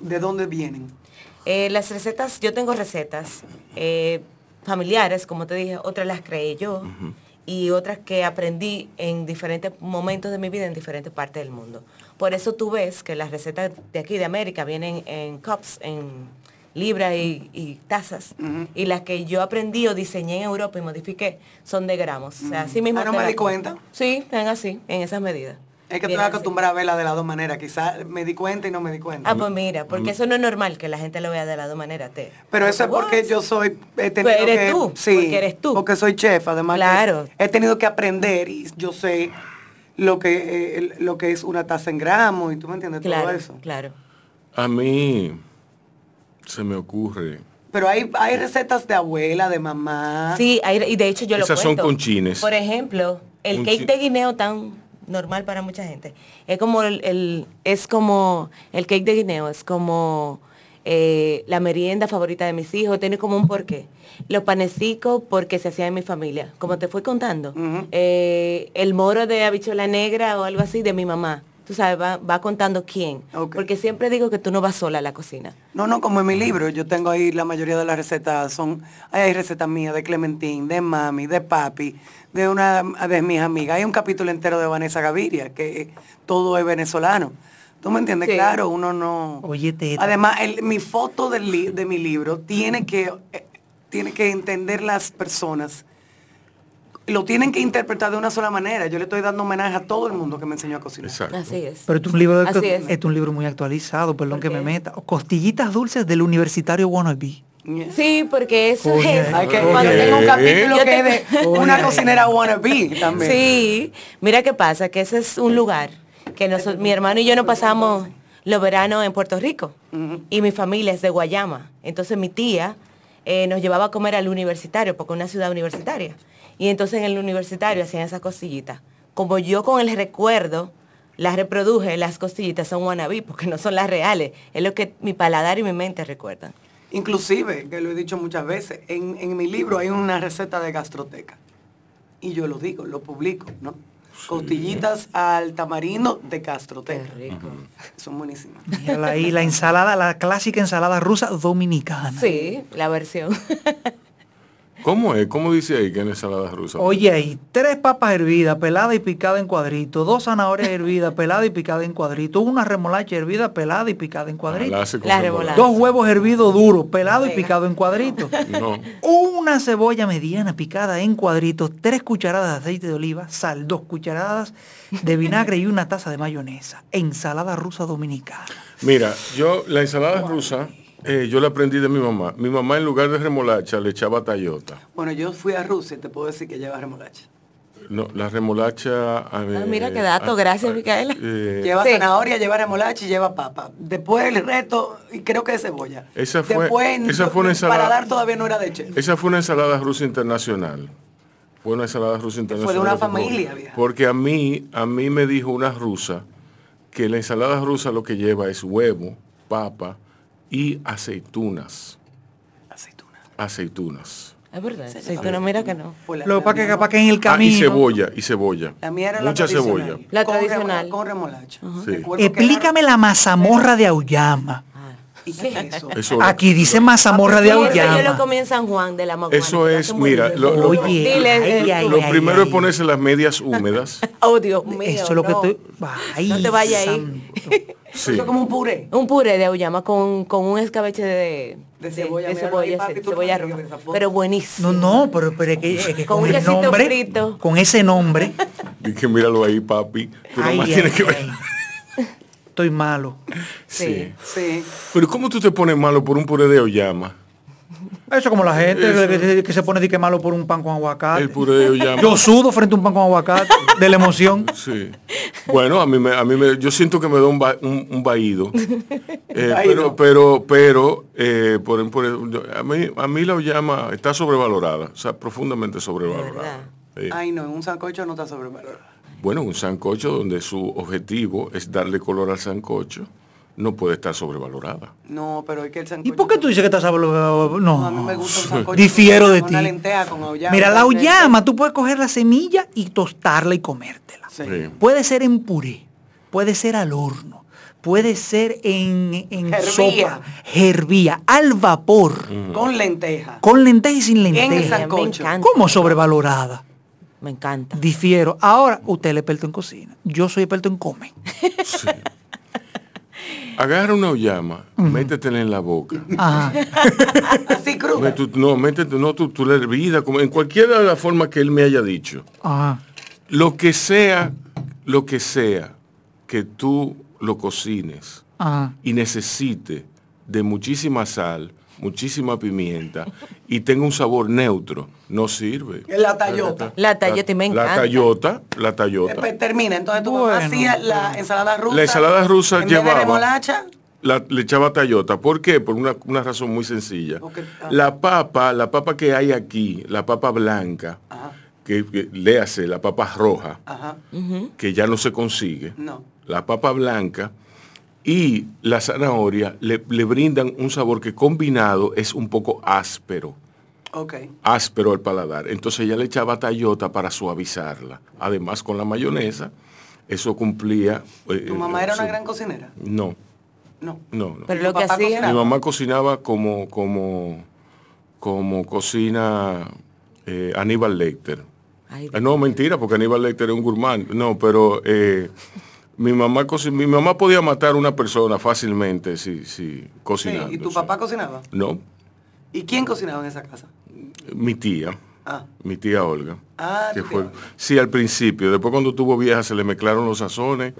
de dónde vienen. Eh, las recetas, yo tengo recetas eh, familiares, como te dije, otras las creé yo y otras que aprendí en diferentes momentos de mi vida en diferentes partes del mundo. Por eso tú ves que las recetas de aquí de América vienen en cups, en libras y, y tazas. Y las que yo aprendí o diseñé en Europa y modifiqué son de gramos. O sea, así mismo. Ah, no te me la- di cuenta. Sí, están así, en esas medidas. Es que tú Vienen estás así. acostumbrada a verla de las dos maneras. Quizás me di cuenta y no me di cuenta. Ah, pues mira, porque eso no es normal que la gente lo vea de la dos maneras. Te, Pero eso es What? porque yo soy... He tenido Pues eres que- tú, Sí, porque eres tú. Porque soy chef, además. que Claro. He tenido que aprender y yo sé lo que, eh, el- lo que es una taza en gramos y tú me entiendes todo Claro, eso. claro. a mí se me ocurre. Pero hay, hay recetas de abuela, de mamá. Sí, hay- y de hecho yo Esas lo son cuento. conchines. Por ejemplo, el Un chi- cake de guineo tan normal para mucha gente. Es como el, el- es como el cake de guineo, es como eh, la merienda favorita de mis hijos, tiene como un porqué. Los panecicos porque se hacía en mi familia, como te fui contando. Eh, el moro de habichuela negra o algo así de mi mamá. Tú sabes, va, va contando quién. Porque siempre digo que tú no vas sola a la cocina. No, no, como en mi libro, yo tengo ahí la mayoría de las recetas, son, ahí hay recetas mías de Clementín, de mami, de papi, de una de mis amigas. Hay un capítulo entero de Vanessa Gaviria, que eh, todo es venezolano. ¿Tú me entiendes? Sí. Claro, uno no. Oye, teta. Además, el- mi foto del li- de mi libro tiene que, eh, tiene que entender las personas. Lo tienen que interpretar de una sola manera. Yo le estoy dando homenaje a todo el mundo que me enseñó a cocinar. Así es. Pero este es un libro, de- Así este es. es. un libro muy actualizado, perdón que me meta. Costillitas dulces del universitario wannabe. Sí, porque eso Oye, es. Hay que- cuando oye. tengo un capítulo que Yo te- es de Oye. una cocinera wannabe también. Sí, mira qué pasa, que ese es un lugar que noso- mi hermano y yo nos pasamos los veranos en Puerto Rico y mi familia es de Guayama. Entonces mi tía eh, nos llevaba a comer al universitario, porque es una ciudad universitaria. Y entonces en el universitario hacían esas costillitas. Como yo con el recuerdo las reproduje, las costillitas son wannabe, porque no son las reales. Es lo que mi paladar y mi mente recuerdan. Inclusive, que lo he dicho muchas veces, en, en mi libro hay una receta de gastroteca. Y yo lo digo, lo publico, ¿no? Costillitas al tamarindo de gastroteca. Son buenísimas. Mírala ahí, la ensalada, la clásica ensalada rusa dominicana. Sí, la versión. ¿Cómo es? ¿Cómo dice ahí que en ensalada rusa? Oye, ahí, tres papas hervidas, pelada y picada en cuadrito, dos zanahorias hervidas, pelada y picada en cuadrito, una remolacha hervida, pelada y picada en cuadrito. la hace con La remolacha. remolacha. Dos huevos hervidos duros, pelado y picado en cuadrito. No. Una cebolla mediana picada en cuadritos, tres cucharadas de aceite de oliva, sal, dos cucharadas de vinagre y una taza de mayonesa. Ensalada rusa dominicana. Mira, yo la ensalada rusa, eh, yo la aprendí de mi mamá. Mi mamá en lugar de remolacha le echaba tallota. Bueno, yo fui a Rusia y te puedo decir que lleva remolacha. No, la remolacha... eh, mira qué ah, dato, gracias, ah, Micaela. eh, Lleva zanahoria, lleva remolacha y lleva papa. Después el reto, y creo que es cebolla. Esa fue, Después, esa fue una ensalada... para dar todavía no era de chef. Esa fue una ensalada rusa internacional. Fue una ensalada rusa internacional. una porque- familia, vieja. Porque a mí, a mí me dijo una rusa que la ensalada rusa lo que lleva es huevo, papa y aceitunas. Aceitunas. Aceitunas. Es verdad. Aceituna, mira que no. Lo que pasa es que capaz que en el Ah, y camino... cebolla, y cebolla. La mía era la Mucha tradicional. cebolla. La Con remo- tradicional. Con remolacha. Sí. Explícame la mazamorra de Auyama. ¿Y qué es eso? Eso, Aquí dice mazamorra de Sí, eso Ah, pues, Yo lo Auyama. comí en San Juan de la Maguana. eso es, mira, lo, lo- Oye, Dile, ay, ay, lo ay, primero ay. es ponerse las medias húmedas. Oh, Dios mío. Eso es lo que no. estoy... Ay, No te vayas ahí. santo. Sí. como un puré. Un puré de auyama con, con un escabeche de, De cebolla, de mira, cebolla, ahí, papi, sí, tú cebolla no me roja. digas esa foto. Pero buenísimo. No, no, pero, pero es que, es que Con con, un el quesito nombre, frito. con ese nombre, Dije, míralo ahí, papi. Tú Ay, nomás ay, tienes que ver. estoy malo. Sí. Sí. Pero ¿cómo tú te pones malo por un puré de oyama? Eso como la gente Eso. que- que, que se pone de que malo por un pan con Ah. aguacate. El puré de oyama. Yo sudo frente a un pan con aguacate de la emoción. Sí. Bueno, a mí me, a mí me, yo siento que me da un, ba- un, un vaído. Eh, pero, Vaído. pero, pero, eh, por, por- yo- a, mí, a mí la Ollama está sobrevalorada, o sea, profundamente sobrevalorada. Sí. Ay, no, en un sancocho no está sobrevalorado. Bueno, un sancocho donde su objetivo es darle color al sancocho, no puede estar sobrevalorada. No, pero es que el sancocho... ¿Y por qué tú dices que estás hablando? a mí me No, gusta un sancocho difiero con de ti. Una lenteja con auyama. Mira, la con leche. uyama, tú puedes coger la semilla y tostarla y comértela. Sí. Eh, Puede ser en puré, puede ser al horno, puede ser en, en Hervía. sopa, hervía, al vapor, Con Mm. lenteja. con lenteja y sin el lenteja. sancocho. Me encanta. ¿Cómo sobrevalorada? Me encanta. Difiero. Ahora, usted es el experto en cocina. Yo soy experto en comer. Agarra una Ollama, métetela en la boca. Ajá. Así Me- cruda. tú- no, métete, no, tú, tú la hervida, como en cualquiera de las formas que él me haya dicho. Ajá. Lo que sea, lo que sea que tú lo cocines Ajá. y necesite de muchísima sal, muchísima pimienta y tenga un sabor neutro, no sirve. La tallota. La tallota y me La encanta. tallota, la tallota. Después termina. Entonces tu Bueno, mamá hacía la ensalada rusa. La ensalada rusa en Vez de llevaba- remolacha. La- le echaba tallota. ¿Por qué? Por una, una razón muy sencilla. ah. La papa, la papa que hay aquí, la papa blanca, que, que- léase, la papa roja, Ajá. que ya no se consigue. No. la papa blanca Y la zanahoria le, le brindan un sabor que combinado es un poco áspero Ok. áspero al paladar. Entonces ella le echaba tallota para suavizarla. Además, con la mayonesa, eso cumplía... eh, ¿Tu mamá era su- una gran cocinera? No, No. no, no. Pero lo ¿Tu que papá hacía- cocinaba? Mi mamá cocinaba como, como, como cocina eh, Aníbal Lecter. Ay, Ah, No, mentira, porque Aníbal Lecter es un gourmand. No, pero eh, mi, mamá coci- mi mamá podía matar a una persona fácilmente si, si Sí, cocinando. ¿Y tu papá cocinaba? No, ¿Y quién cocinaba en esa casa? mi tía, Ah. mi tía Olga. Ah, que tu fue- tía. sí, al principio. Después cuando tuvo vieja se le mezclaron los sazones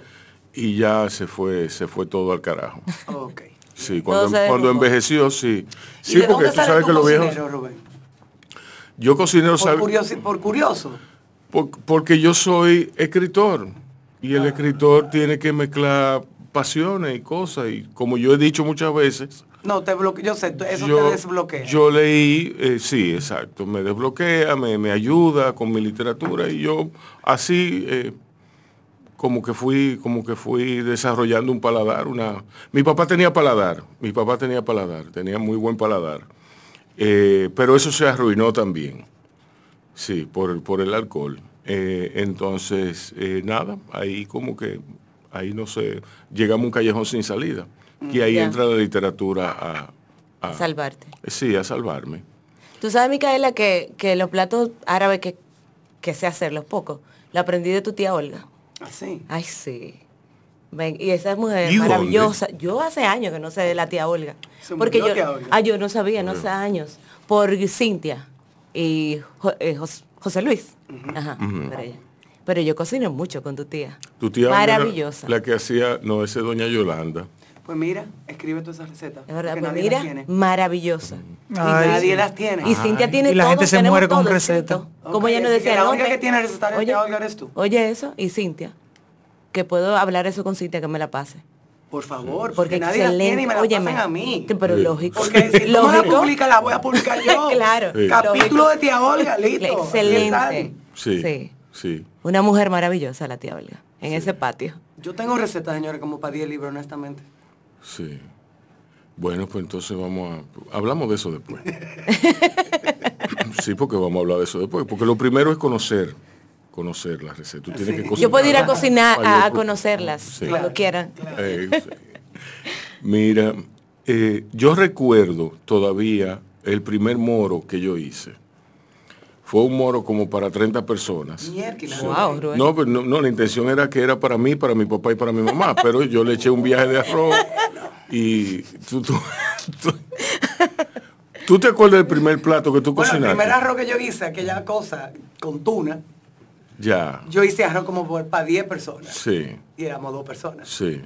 y ya se fue, se fue todo al carajo. Ah, Ok. Sí, Todo cuando, em, se derrumbó. cuando envejeció, sí. ¿Y Sí, de porque dónde tú sale sabes tu que los viejos. cocinero, Rubén? Yo cocinero Por, sal- curiosi- por curioso. por- porque yo soy escritor. Y el escritor tiene que mezclar pasiones y cosas. Y como yo he dicho muchas veces, No, te bloque- yo sé, tú- eso te desbloquea. Yo leí, eh, sí, exacto, me desbloquea, me, me ayuda con mi literatura y yo así eh, como que fui, como que fui desarrollando un paladar, una. Mi papá tenía paladar, mi papá tenía paladar, tenía muy buen paladar. Eh, pero eso se arruinó también. Sí, por, el- por el alcohol. Eh, entonces, eh, nada, ahí como que, ahí no sé, llegamos a un callejón sin salida. Y ahí Ya. entra la literatura a, a- salvarte. Sí, a salvarme. Tú sabes, Micaela, que, que los platos árabes que, que sé hacer, los pocos, lo aprendí de tu tía Olga. Ah, Sí. Ay, sí. Ven, y esa mujer ¿Y dónde? maravillosa. Yo hace años que no sé de la tía Olga. Se porque murió yo, tía Olga. Ah, yo no sabía, no Murió. sé años. Por Cintia y Jo- eh, Jos- José Luis. Ajá, Ujú. por ella. Pero yo cocino mucho con tu tía. Tu tía Olga era Maravillosa. La que hacía, no, ese doña Yolanda. Pues mira, escribe todas esas recetas. Es verdad, porque pues nadie mira, las tiene. maravillosa. Y nadie las tiene. Y Cintia tiene Y la todo, gente se tenemos muere con todo receta. escrito. Como ella Ok, nos así que decía, la no, única te- que tiene receta de oye, tía Olga eres tú. Oye eso, y Cintia, que puedo hablar eso con Cintia, que me la pase. Por favor, porque, Porque nadie las tiene y me las excelente. pasan Óyeme. a mí. Sí, Pero lógico. Porque si no la lógico. publica, la voy a publicar yo. Claro. Sí. Capítulo de tía Olga, listo. Aquí Excelente. sale. Sí. Sí. Sí. Una mujer maravillosa, la tía Olga, en ese patio. Yo tengo recetas, señores, como para 10 libros, honestamente. Sí. Bueno, pues entonces vamos a... Hablamos de eso después. sí, porque vamos a hablar de eso después. Porque lo primero es conocer. Conocer la receta. Tú tienes que cocinar. Yo puedo ir a cocinar, Para a, a yo- conocerlas, Sí. cuando quieran. Eh, sí. Mira, eh, yo recuerdo todavía el primer moro que yo hice. Fue un moro como para 30 personas. Miércoles. Wow, Rubén. No, pero no, no, la intención era que era para mí, para mi papá y para mi mamá, pero yo le eché un viaje de arroz y tú, tú- tú- ¿Tú te acuerdas del primer plato que tú Mm. Bueno, el cocinaste? primer arroz que yo hice, aquella cosa con tuna, Ya, yo hice arroz como para 10 personas. sí, Y éramos dos personas. sí.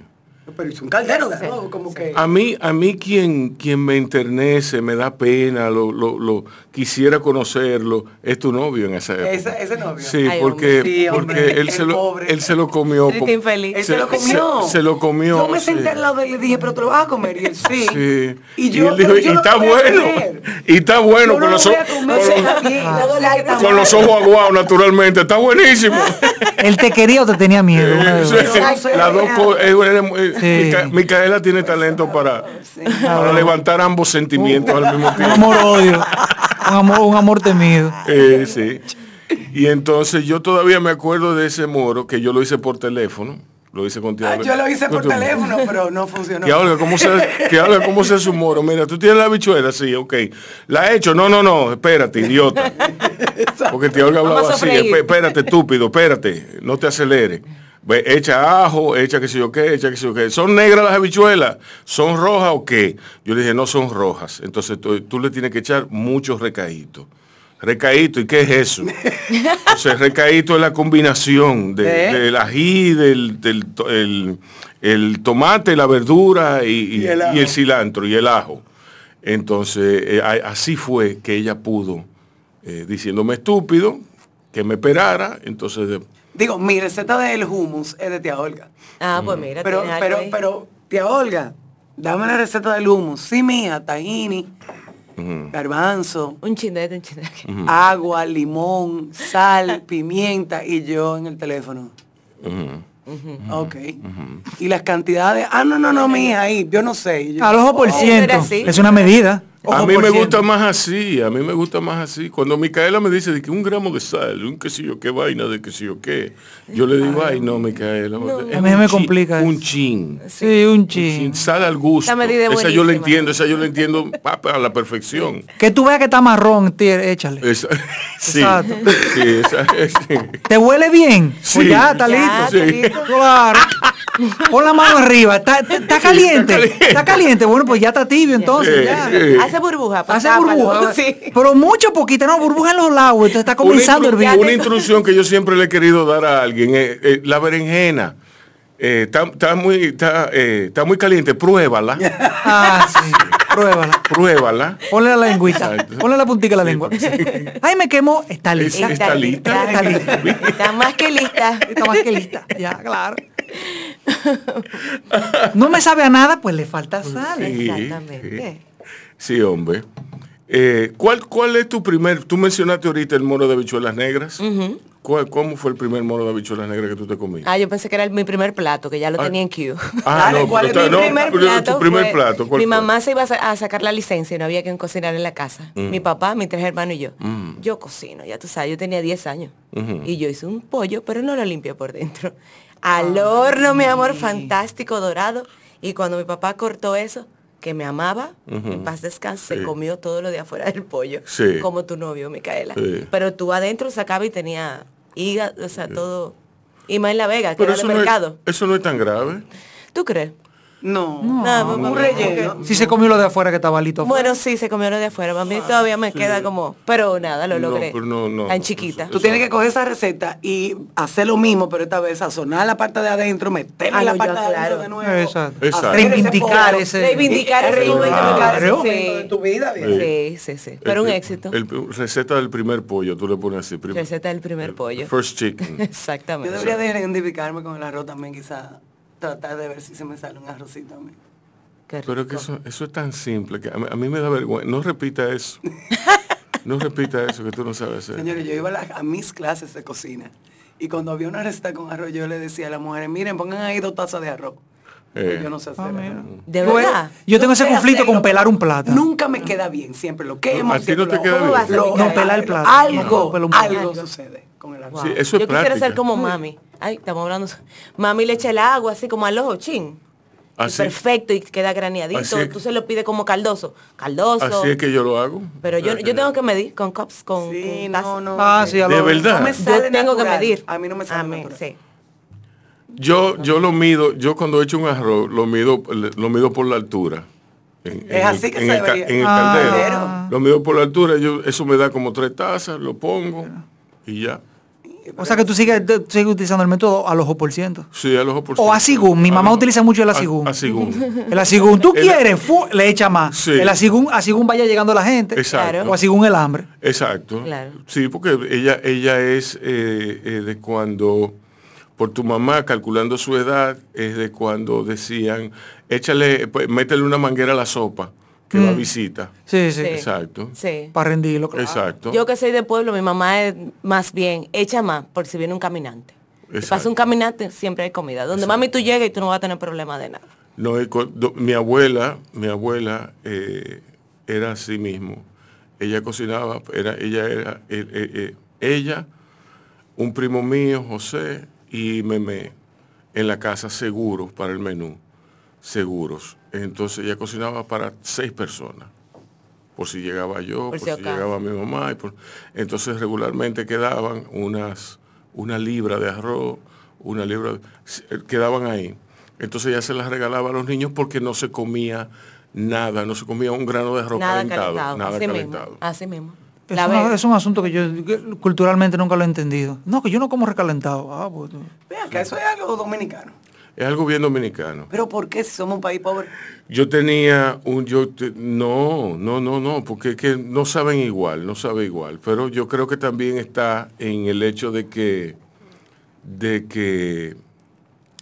Ah, Pero hice un caldero de arroz, como que... A mí, a mí quien, quien me enternece, me da pena, lo, lo- lo- quisiera conocerlo, es tu novio en esa época. Ese, ese novio. Sí, porque, Sí, hombre, porque él, se el lo, pobre. él se lo comió. Triste con- infeliz. Él se lo comió. Se, se lo comió. Yo me sí. senté al lado de él y le dije, pero te lo vas a comer. Y él sí. Sí. Y Y, yo, él dijo, pero y yo no está lo voy a bueno. comer. Y está bueno, con, los, voy ojos- a comer, está bien. con Luego Ah, la- los- con los ojos aguados, naturalmente. Está buenísimo. ¿Él te quería o te tenía miedo? Una de Sí, dos. sí, las dos co- eh, eh, eh, Mica- Micaela tiene talento para, para levantar ambos sentimientos al mismo Un tiempo. amor odio. Un amor, un amor temido. Eh, sí. Y entonces yo todavía me acuerdo de ese moro que yo lo hice por teléfono. Lo hice con tía Ah, Olga. yo lo hice por Con tu- teléfono, pero no funcionó. Que habla, ¿cómo se, que habla, ¿cómo se hace un moro? Mira, tú tienes la bichuela, sí, ok. ¿La he hecho? No, no, no, espérate, idiota. Porque tía Olga Vamos hablaba a así, freír. "Espe- espérate, estúpido, espérate, no te aceleres. Ve, echa ajo, echa qué sé yo qué, echa qué sé yo qué. ¿Son negras las habichuelas? ¿Son rojas o qué? Yo le dije, no son rojas. Entonces tú, tú le tienes que echar muchos recaítos. Recaíto, ¿y qué es eso? Entonces, recaíto es la combinación de- ¿Eh? del ají, del, del to- el, el tomate, la verdura y, y- Y el y ajo. el cilantro y el ajo. Entonces, eh, a- así fue que ella pudo, eh, diciéndome estúpido, que me esperara. Entonces, de- Digo, mi receta del hummus es de tía Olga. Ah, Mm. pues mira, Pero, tienes algo pero, ahí. pero, tía Olga, dame la receta del hummus. Sí, mija, tahini, garbanzo, Un chindete, un chindete. Ujú. agua, limón, sal, pimienta y yo en el teléfono. ujú. Ok. Y las cantidades, ah, no, no, no, mija, ahí, yo no sé. Yo- Al ojo por Oh, ciento. Es una medida. a Ojo mí por me ciento. gusta más así, a mí me gusta más así. Cuando Micaela me dice de que un gramo de sal, un qué sé yo qué vaina, de qué sé yo qué, yo le digo, ay no, Micaela. es A mí un me chi- complica Un chin. Sí, un chin. Sal al gusto. La medida es esa yo la buenísima. entiendo, esa yo la entiendo pa- pa- a la perfección. Que tú veas que está marrón, tío, échale. Esa- sí, Exacto. sí, esa es- sí. ¿Te huele bien? Sí. Pues ya, está Ya, listo. está Sí. listo. Claro. Pon la mano arriba. ¿Está, está- está caliente? Está caliente. Bueno, pues ya está tibio entonces. Sí, ya. sí. Hace burbuja. pues, Hace tápalo. burbuja. Sí. Pero mucho poquito, no, burbuja en los lados. Entonces está Una, comenzando el intru- hervir. una instrucción que yo siempre le he querido dar a alguien, eh, eh, la berenjena. eh, Está está muy, está, eh, está muy caliente, pruébala. Ah, sí. Pruébala. Pruébala. Ponle la lengüita. Ponle la puntita a la lengua. Ay, me quemó. Está lista. Está lista. Ya Está lista. Está más que lista. Está más que lista. Ya, claro. No me sabe a nada, pues le falta sal. Sí, Exactamente. Sí, hombre. Eh, ¿cuál, ¿Cuál es tu primer? Tú mencionaste ahorita el moro de habichuelas negras. Ujú. ¿Cuál- ¿Cómo fue el primer moro de habichuelas negras que tú te comiste? Ah, yo pensé que era el- mi primer plato, que ya lo tenía en queue. Ah, no, ¿cuál pero es mi está- no, primer pero tu plato primer fue- plato, ¿cuál mi fue? mamá se iba a, sa- a sacar la licencia y no había quien cocinar en la casa. Mm. Mi papá, mis tres hermanos y yo. Mm. Yo cocino, ya tú sabes, yo tenía 10 años. Ujú. Y yo hice un pollo, pero no lo limpié por dentro. Al horno, mi amor, fantástico, dorado. Y cuando mi papá cortó eso, que me amaba, Ujú. en paz descanse, Sí. se comió todo lo de afuera del pollo. Sí. Como tu novio, Micaela. Sí. Pero tú adentro sacaba y tenía hígado, o sea, todo. Y más en La Vega, que Pero era eso el no, es, mercado. eso no es tan grave. ¿Tú crees? No. Nada, papá, un no, relleno. porque- Si se comió lo de afuera que estaba listo. afuera. Bueno, sí, se comió lo de afuera. A mí todavía me queda como, pero nada, lo No, logré. pero no, no, Tan no, chiquita. Tú tienes que coger esa receta y hacer lo mismo, pero esta vez sazonar la parte de adentro, meterla Ah, en la no, yo, parte de adentro claro. de nuevo. Exacto. Ah, Exacto. hacer ese Reivindicar pollo. ese- Reivindicar ese Claro. momento Ese Sí. momento de tu vida, viejo. Sí, sí, sí. Pero El un pri- éxito. el pri- receta del primer pollo, tú le pones así. prim- Receta del primer pollo. First chicken. Yo Exactamente. debería de identificarme con el arroz también, quizás tratar de ver si se me sale un arrocito a mí. Qué rico. Pero que eso, eso es tan simple que a mí, a mí me da vergüenza. No repita eso. No repita eso que tú no sabes hacer. Señores, yo iba a, las- a mis clases de cocina y cuando había una receta con arroz, yo le decía a las mujeres, miren, pongan ahí dos tazas de arroz. Porque Eh. Yo no sé hacer arroz. De Yo- verdad. Ah, Yo tengo No ese sé conflicto hacerlo, con pelar pero un plátano. Nunca me queda bien, siempre lo quemo. ¿A ti siempre no te lo queda hago. bien? ¿Cómo vas a Lo- picar? pelar el plátano. No, Algo, pelo un algo plátano. sucede con el arroz. Wow. Sí, eso es Yo quisiera práctica. ser como mami. Ay, estamos hablando. Mami le echa el agua así como al ojo, chin. Y Así- perfecto y queda Así graneadito. es. Tú se lo pides como caldoso. Caldoso. Así es que yo lo hago. Pero yo, O sea, yo tengo que medir con cups, con, Sí, con no, tazas. no. Ah, sí, a lo- De verdad. No me Yo sale tengo que natural. medir. A mí no me sale Amén, natural. sí. Yo, yo lo mido, yo cuando echo un arroz, lo mido, lo mido por la altura. En- en el- así que en se el ca- debería. En el Ah. caldero. Lo mido por la altura, yo, eso me da como tres tazas, lo pongo y ya. O sea que tú sigues, tú sigues utilizando el método al ojo por ciento. Sí, al ojo por O asigún, mi Al mamá ojo- utiliza mucho el a- asigún. Asigún. El asigún, tú El- quieres, fu- le echa más. Sí. El asigún, asigún vaya llegando a la gente. Exacto. O asigún el hambre. Exacto. Claro. Sí, porque ella, ella es eh, eh, de cuando, por tu mamá calculando su edad, es de cuando decían, échale, pues, métele una manguera a la sopa, que Mm. va a visita. Sí, sí. Sí. Exacto. Sí. Para rendirlo, claro. Exacto. Yo que soy de pueblo, mi mamá es más bien echa más por si viene un caminante. Si Exacto. pasa un caminante, siempre hay comida. Donde mami tú llegas y tú no vas a tener problema de nada. No, eh, co- do- mi abuela, mi abuela eh, era así mismo. Ella cocinaba, era, ella era, eh, eh, eh, ella, un primo mío, José, y Meme, en la casa seguros para el menú, seguros. Entonces ella cocinaba para seis personas, por si llegaba Por yo, por, si si, acaso. llegaba mi mamá. y por- entonces regularmente quedaban unas, una libra de arroz, una libra, s- eh, quedaban ahí. Entonces ella se las regalaba a los niños porque no se comía nada, no se comía un grano de arroz nada calentado, calentado. nada así calentado. mismo. Así mismo. Es, La una- Vega. es un asunto que yo que culturalmente nunca lo he entendido. No, que yo no como recalentado. Ah, pues, Vean que eso es algo dominicano. Es algo bien dominicano. Pero ¿por qué si somos un país pobre? Yo tenía un yo te- no, no, no, no, porque es que no saben igual, no sabe igual, pero yo creo que también está en el hecho de que de que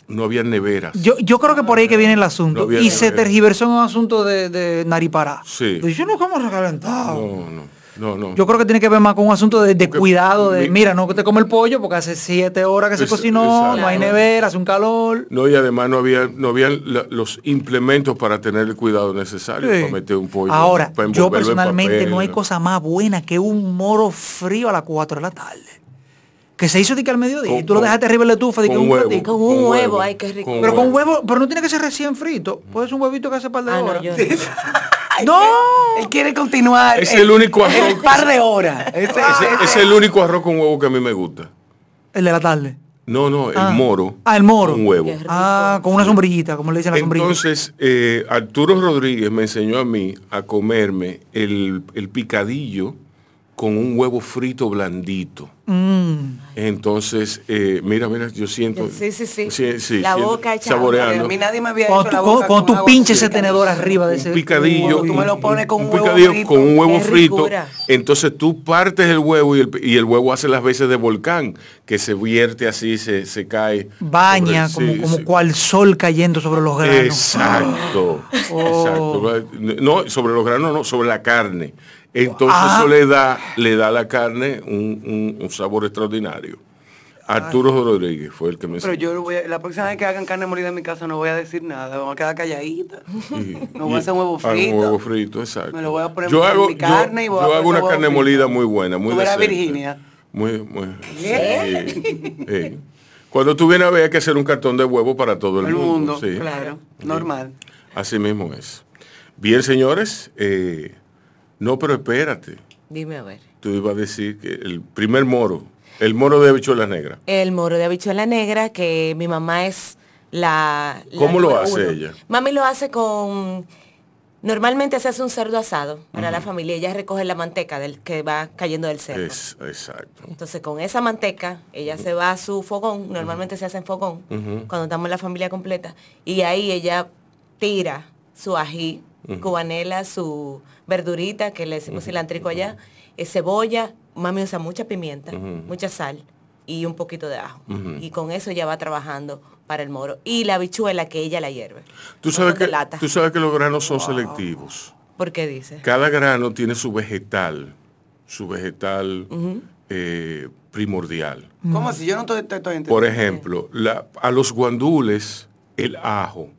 no había neveras. Yo, yo creo que por ahí que viene el asunto. No viene, y no se viene. tergiversó en un asunto de, de Naripará. Sí. Yo no como recalentado. no, no. No, no. Yo creo que tiene que ver más con un asunto de, de Porque cuidado, de mi- mira, no que te come el pollo porque hace siete horas que se Es- cocinó, no hay exacto. nevera, hace un calor. No, y además no había, no había la- los implementos para tener el cuidado necesario Sí. para meter un pollo. Ahora, para yo envolverlo en personalmente no hay papel. cosa más buena que un moro frío a las 4 de la tarde. Que se hizo de que al mediodía y Con- tú lo con- dejaste arriba en la estufa de que con un huevo. ratico. Con un huevo, ay, qué rico. Pero con huevo, pero no tiene que ser recién frito. Mm. Puede ser un huevito que hace par de Ah, no, horas. yo ¡No! Él quiere continuar. Es el único arroz. El par de horas. Ese- Ese- es el único arroz con huevo que a mí me gusta. El de la tarde. No, no, el Ah. moro. Ah, el moro. Con huevo. Ah, con una sombrillita, como le dicen la sombrilla. Entonces, eh, Arturo Rodríguez me enseñó a mí a comerme el, el picadillo con un huevo frito blandito. Mm. Entonces, eh, mira, mira, yo siento... Sí, sí, sí. sí, La siento- boca hecha agua, Saboreando. A mí nadie me había Cuando hecho la tú, boca con, con tu agua pinche frita. ese tenedor arriba de ese. un picadillo, Tú me lo pones con un huevo picadillo frito. con un huevo Qué frito. ricura. Entonces tú partes el huevo y el, y el huevo hace las veces de volcán, que se vierte así, se, se cae. Baña, sobre el- como, sí, como sí. cual sol cayendo sobre los granos. Exacto, Oh. exacto. No, sobre los granos no, sobre la carne. Entonces Ah. eso le da, le da a la carne un, un- un sabor extraordinario. Arturo Rodríguez fue el que me Pero enseñó. yo no voy a- la próxima vez que hagan carne molida en mi casa no voy a decir nada, vamos a quedar calladita. Y- No voy a y- hacer huevo ah, frito. Un huevo frito, exacto. Me lo voy a poner yo en hago, mi carne yo, y voy a yo poner hago una huevo carne frito. molida muy buena, muy Tú verás, decente. Virginia. Muy, muy. sí, sí. Cuando tú vienes a ver hay que hacer un cartón de huevo para todo el, El mundo, sí. claro, normal. Así mismo es. Bien, señores, eh, no, pero espérate. Dime a ver. Tú ibas a decir que el primer moro, el moro de habichuelas negras. El moro de habichuela negra, que mi mamá es la... la ¿Cómo lo número hace ella? Mami lo hace con... Normalmente se hace un cerdo asado para la familia. Ella recoge la manteca del que va cayendo del cerdo. Es, exacto. Entonces con esa manteca ella se va a su fogón, normalmente se hace en fogón, Ujú. cuando estamos en la familia completa, y ahí ella tira su ají, cubanela, su verdurita, que le decimos cilantrico allá, eh, cebolla, mami usa mucha pimienta, mucha sal y un poquito de ajo. Y con eso ella va trabajando para el moro. Y la habichuela que ella la hierve. Tú No sabes, son de que, lata. tú sabes que los granos son selectivos. ¿Por qué dice? Cada grano tiene su vegetal, su vegetal eh, primordial. ¿Cómo si yo no estoy, te estoy entendiendo? Por ejemplo, la- a los guandules, el ajo.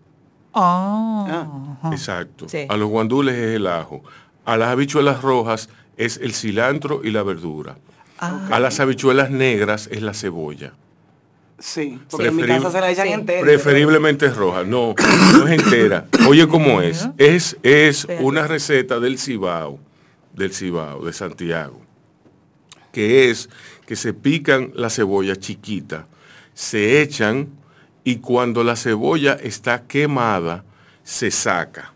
Ah. Exacto. Sí. A los guandules es el ajo. A las habichuelas rojas es el cilantro y la verdura. A las habichuelas negras es la cebolla. Sí, porque en mi Preferib- casa se la echan Sí. entera. Preferiblemente es roja. No, no es entera. Oye, ¿cómo es? Es, es Espérate. una receta del Cibao, del Cibao, de Santiago, que es que se pican la cebolla chiquita, se echan y cuando la cebolla está quemada, se saca.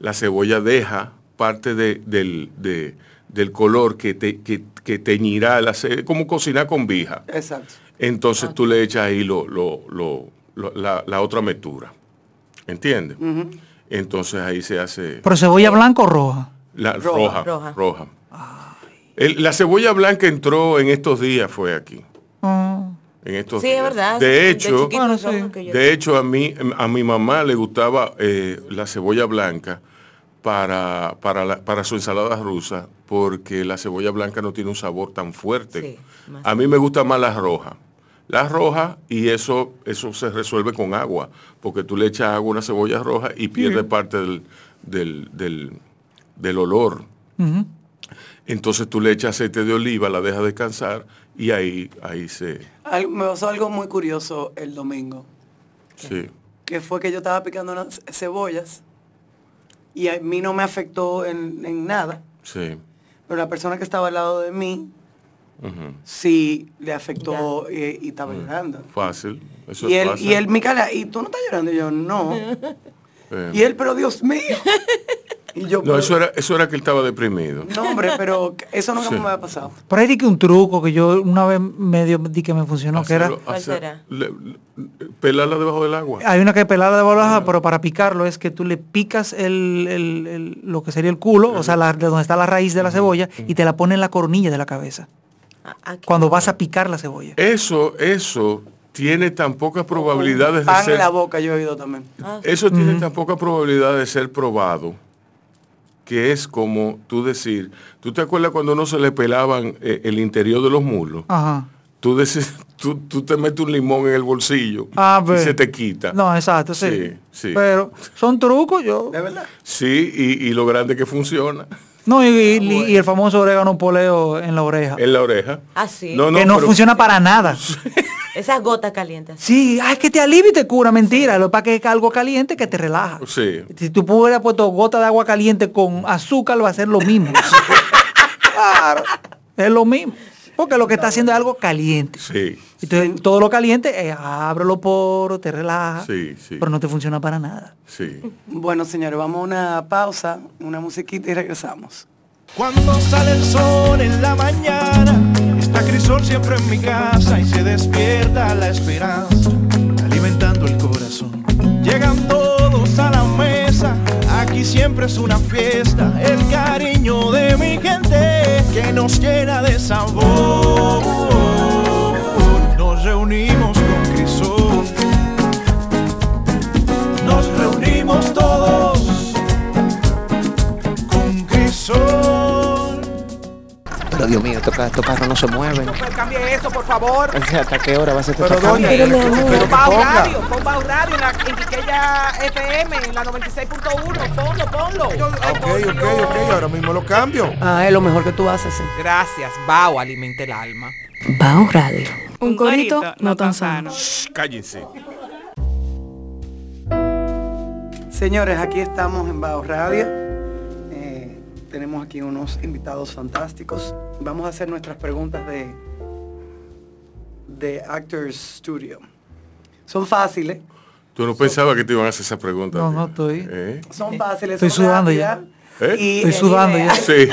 La cebolla deja parte de- del, de- del color que, te, que, que teñirá, la ce- como cocinar con vija. Exacto. Entonces tú le echas ahí lo, lo- lo- lo- la, la otra metura. ¿Entiendes? Entonces ahí se hace Pero cebolla blanca o roja. la roja. Roja, roja. roja. El- la cebolla blanca entró en estos días, fue aquí. Ah. En estos Mm. Sí, días. es verdad. De hecho, chiquito Bueno, es rojo sí. que yo- de hecho a, mí, a mi mamá le gustaba eh, la cebolla blanca para, para, la- para su ensalada rusa porque la cebolla blanca no tiene un sabor tan fuerte. Sí, más a mí me gusta más la roja. La roja y eso, eso se resuelve con agua, porque tú le echas agua a una cebolla roja y pierde parte del, del- del- del olor. Ujú. Entonces tú le echas aceite de oliva, la dejas descansar y ahí, ahí se... Al- me pasó algo muy curioso el domingo, Sí. que fue que yo estaba picando unas cebollas y a mí no me afectó en, en nada, Sí. pero la persona que estaba al lado de mí Ujú. sí le afectó eh, y estaba llorando. Fácil. Eso Y es él, fácil. y él, Micaela, ¿y tú no estás llorando? Y yo, no. Eh, Y él, pero Dios mío. Y yo, no, pero- eso era, eso era que él estaba deprimido. no, hombre, pero eso nunca Sí. me había pasado. Por ahí di que un truco que yo una vez medio di que me funcionó, que era. Hacerlo- ¿Cuál hacer- será? le- le- pelarla debajo del agua. Hay una que pelada de bolaja, pero para picarlo es que tú le picas el, el- el- lo que sería el culo, o sea, la, de donde está la raíz de la cebolla, y te la pones en la coronilla de la cabeza, Ah, aquí. cuando vas a picar la cebolla. Eh, Eso, eso tiene tan pocas probabilidades de Pan en ser. la boca yo he oído también. Ah, Eso tiene tan pocas probabilidades de ser probado que es como tú decir, ¿tú te acuerdas cuando no se le pelaban eh, el interior de los muslos? Ajá. Tú, dices, tú, tú te metes un limón en el bolsillo Ah, y ve. se te quita. No, eh. exacto, sí. Sí, sí. Pero son trucos, yo. Sí, y, y lo grande que funciona No, y, Ah, y- y el famoso orégano poleo en la oreja. en la oreja. Ah, sí. No, no, que no pero- funciona para nada. Esas gotas calientes. Sí, ay, que te alivia y te cura, mentira. Lo para que es algo caliente que te relaja. Sí. Si tú hubieras puesto gota de agua caliente con azúcar, va a ser lo mismo. claro, es lo mismo. Porque lo que está haciendo es algo caliente. Sí, Entonces, todo lo caliente, eh, abre los poros, te relaja, sí, sí. pero no te funciona para nada. sí. Bueno, señores, vamos a una pausa, una musiquita y regresamos. Cuando sale el sol en la mañana, está Crisol siempre en mi casa y se despierta la esperanza, alimentando el corazón. Llegan todos a la mesa, aquí siempre es una fiesta, el cariño de mi gente que nos llena de sabor. Nos reunimos con Crisol, nos reunimos todos con Crisol. Pero Dios mío, estos, ca- estos carros no se mueven. Pues Cambie eso, por favor. O sea, ¿hasta qué hora va a ser que Pero, esto cambie? doña, Que- que- que- que Pon Bau ponga. Radio, pon Bau Radio en la en Quiqueya FM, en la 96.1. Ponlo, ponlo. Ok, ok, ok, ahora mismo lo cambio. Ah, es lo mejor que tú haces. Gracias, Bau, alimente el alma. Bao Radio. Un corito no tan sano. Cállense. Señores, aquí estamos en Bao Radio. Eh, tenemos aquí unos invitados fantásticos. Vamos a hacer nuestras preguntas de, de Actors Studio. Son fáciles. Tú no pensabas que te iban a hacer esa pregunta. No, tío. no estoy. ¿Eh? Son fáciles. Estoy son sudando rápidas. ya. ¿Eh? Y Estoy el sudando ya. ideal- Sí.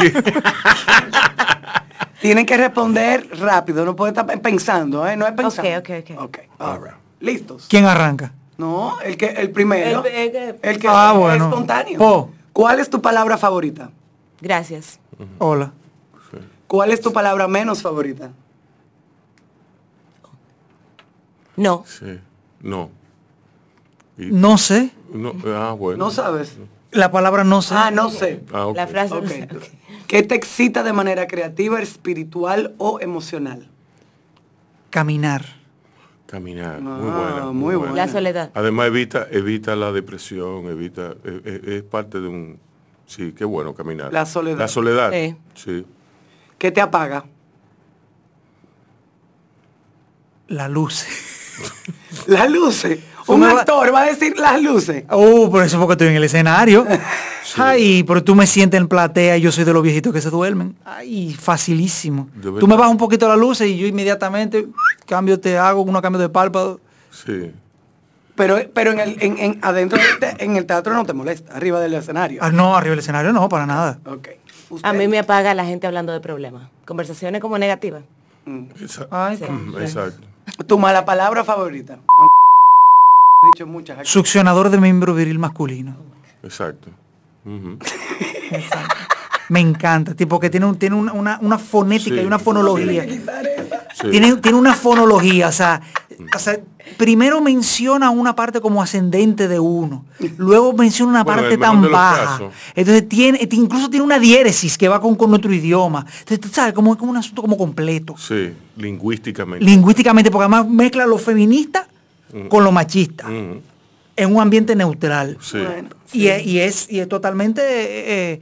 Tienen que responder rápido, no puede estar pensando, ¿eh? No es pensando. Ok, ok, ok. all right. ¿Listos? ¿Quién arranca? No, el que el primero. El- el que- El que Ah, es bueno. espontáneo. Po. ¿Cuál es tu palabra favorita? Gracias. Hola. ¿Cuál es tu palabra menos favorita? No. Sí. No. Y- No sé. no, Ah, bueno. No sabes. La palabra no sé. Ah, no sé. Ah, ok. Ok. ¿Qué te excita de manera creativa, espiritual o emocional? Caminar. Caminar. muy Ah, buena. muy buena. La soledad. Además evita, evita la depresión, evita, eh, eh, es, parte de un. Sí, qué bueno caminar. La soledad. La soledad. Sí. Sí. ¿Qué te apaga? Las luces. Las luces. Un Una- actor va a decir las luces. Oh, por eso es porque estoy en el escenario. Ay, pero tú me sientes en platea y yo soy de los viejitos que se duermen. Ay, facilísimo. De verdad. Tú me bajas un poquito las luces y yo inmediatamente cambio, te hago unos cambios de párpado. Sí. Pero, pero en el, en, en- adentro del te- en el teatro no te molesta, arriba del escenario. Ah, no, arriba del escenario no, para nada. Ok. A mí me apaga la gente hablando de problemas. Conversaciones como negativas. Esa- Ay, Mm, Exacto. Tu mala palabra favorita. He dicho muchas aquí. Succionador de miembro viril masculino. Exacto. Ujú. Me encanta. Tipo que tiene, un- tiene una, una- una fonética Sí. y una fonología. Sí. Tiene, tiene una fonología, o sea, o sea, primero menciona una parte como ascendente de uno, luego menciona una Bueno, en parte el mejor de tan los baja. casos. Entonces tiene, este, incluso tiene una diéresis que va con, con otro idioma. Entonces, tú ¿sabes? Como, como un asunto como completo. Sí. Lingüísticamente. Lingüísticamente, porque además mezcla lo feminista Mm. con lo machista, Ujú. en un ambiente neutral. Mm, Sí. Y, es, y es- y es totalmente eh, eh,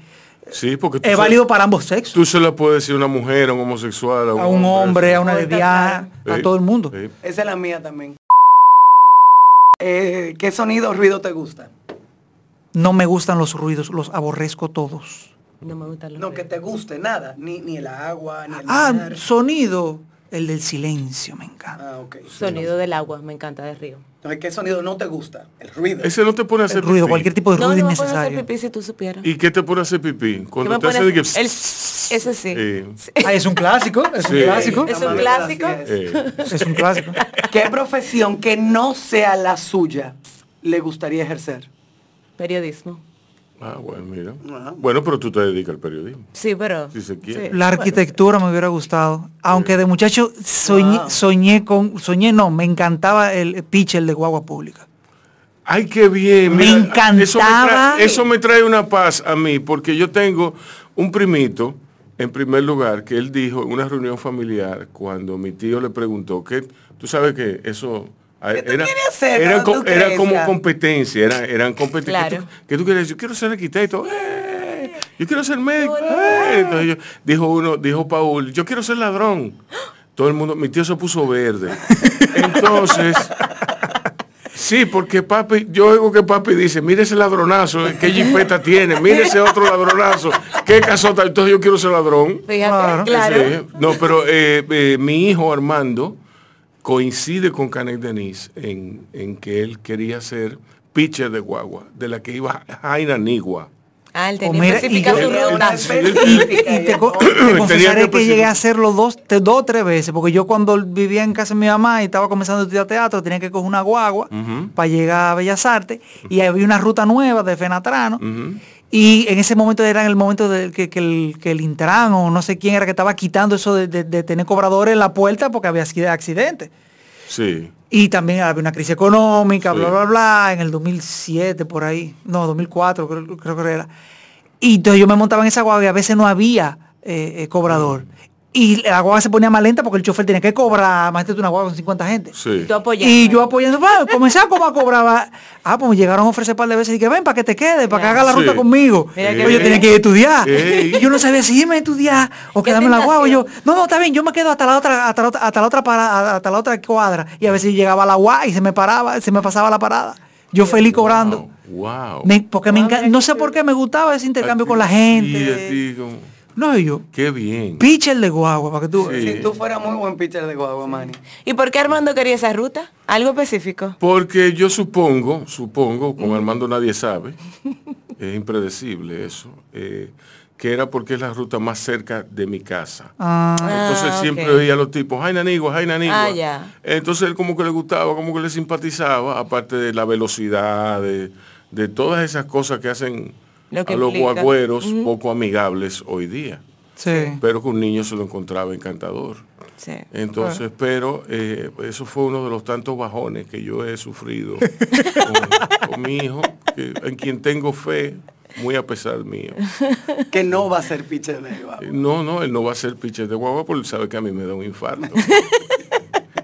Sí, porque tú es se- válido para ambos sexos. Tú se la puedes decir a una mujer, a un homosexual, a un, A un hombre, a una Puede estar lesbiana, a Sí. todo el mundo. Sí. Esa es la mía también. Eh, ¿Qué sonido o ruido te gusta? No me gustan los ruidos, los aborrezco todos. No me gusta los No, que te guste, nada. Ni, ni el agua, ni el Ah, mar. sonido. El del silencio, me encanta. Ah, ok. Sonido del agua, me encanta del río. Entonces, ¿qué sonido no te gusta? El ruido. Ese no te pone a hacer El ruido, pipí. cualquier tipo de No, ruido no me puedes hacer innecesario. pipí si tú supieras. ¿Y qué te pone a hacer pipí? ¿Qué Cuando me te pones hace de que... el- Ese sí. Eh, Ah, es un clásico, es Sí. un clásico. Es un clásico. eh, Es un clásico. ¿Qué profesión que no sea la suya le gustaría ejercer? Periodismo. Ah, bueno, mira. Ajá. Bueno, pero tú te dedicas al periodismo. Sí, pero. Si se quiere. sí. La arquitectura me hubiera gustado. Aunque de muchacho soñé, Wow. soñé con, soñé no, me encantaba el pitcher de guagua pública. Ay, qué bien. Me Eso me, encantaba. trae, eso me trae una paz a mí, porque yo tengo un primito, en primer lugar, que él dijo en una reunión familiar, cuando mi tío le preguntó, que tú sabes que eso... a- Era, hacer era, cuando co- tú era crezcas? como competencia, era, eran competencia. ¿Qué, Claro. tú, qué tú quieres? Yo quiero ser arquitecto. ¡Eh! Yo quiero ser médico. ¡Eh! Entonces yo- dijo uno, dijo Paul, yo quiero ser ladrón. Todo el mundo, mi tío se puso verde. Entonces, Sí, porque papi, yo oigo que papi dice, mire ese ladronazo, eh, qué jipeta tiene, mire ese otro ladronazo, qué casota, entonces yo quiero ser ladrón. Fíjate, claro. Sí. No, pero eh, eh, mi hijo Armando coincide con Canek Denis en, en que él quería ser pitcher de guagua, de la que iba Jaina Nigua. Ah, él O mira, tenía y especificado yo- su ruta. Y te, co- te Tenía confesaré que que llegué presentar. a hacerlo dos, te- dos o tres veces, porque yo cuando vivía en casa de mi mamá y estaba comenzando a estudiar teatro, tenía que coger una guagua Ujú. para llegar a Bellas Artes y había una ruta nueva de Fenatrano. Mm. Y en ese momento era el momento de que, que el, que el Intran o no sé quién era que estaba quitando eso de, de- de tener cobradores en la puerta porque había sido accidente. Sí. Y también había una crisis económica, bla, Sí. bla, bla, en el 2007, por ahí. No, 2004 creo, creo que era. Y entonces yo me montaba en esa guagua y a veces no había eh, eh, cobrador. Y la guagua se ponía más lenta porque el chofer tenía que cobrar, imagínate una guagua con 50 gente. Sí. Tú apoyas. Y yo apoyando, "Va, comencé como a cobrar. va". Ah, pues me llegaron a ofrecer un par de veces y dije, ven, para que te quede, para que hagas la Sí. ruta conmigo. Mira Pues qué yo bien. tenía que ir a estudiar. Ey. Y yo no sabía si irme a estudiar o quedarme en la guagua. Y yo, no, no, está bien, yo me quedo hasta la otra, hasta la otra, hasta la otra, para, hasta la otra cuadra. Y a veces llegaba a la guagua y se me paraba, se me pasaba la parada. Yo feliz cobrando. Wow. Me- porque me encanta, no sé por qué me gustaba Ah, ese intercambio con la Y gente. a ti como, No, y yo, qué bien. pitcher de guagua, para que tú veas. Si tú fueras muy buen pitcher de guagua, Manny. ¿Y por qué Armando quería esa ruta? ¿Algo específico? Porque yo supongo, supongo, con Armando nadie sabe, es impredecible eso, eh, que era porque es la ruta más cerca de mi casa. Ah. Entonces Ah, siempre ok. veía a los tipos, Jaina Nigua, Jaina Nigua. Ah, ya. Entonces él como que le gustaba, como que le simpatizaba, aparte de la velocidad, de, de todas esas cosas que hacen Lo que a los implica. guagüeros Ujú. poco amigables hoy día. Sí. Pero que un niño se lo encontraba encantador. Sí. Eh, Entonces, pero eh, eso fue uno de los tantos bajones que yo he sufrido con, con mi hijo, que- en quien tengo fe, muy a pesar mío. Que no va a ser pitcher de guagua. No, no, él no va a ser pitcher de guagua porque él sabe que a mí me da un infarto.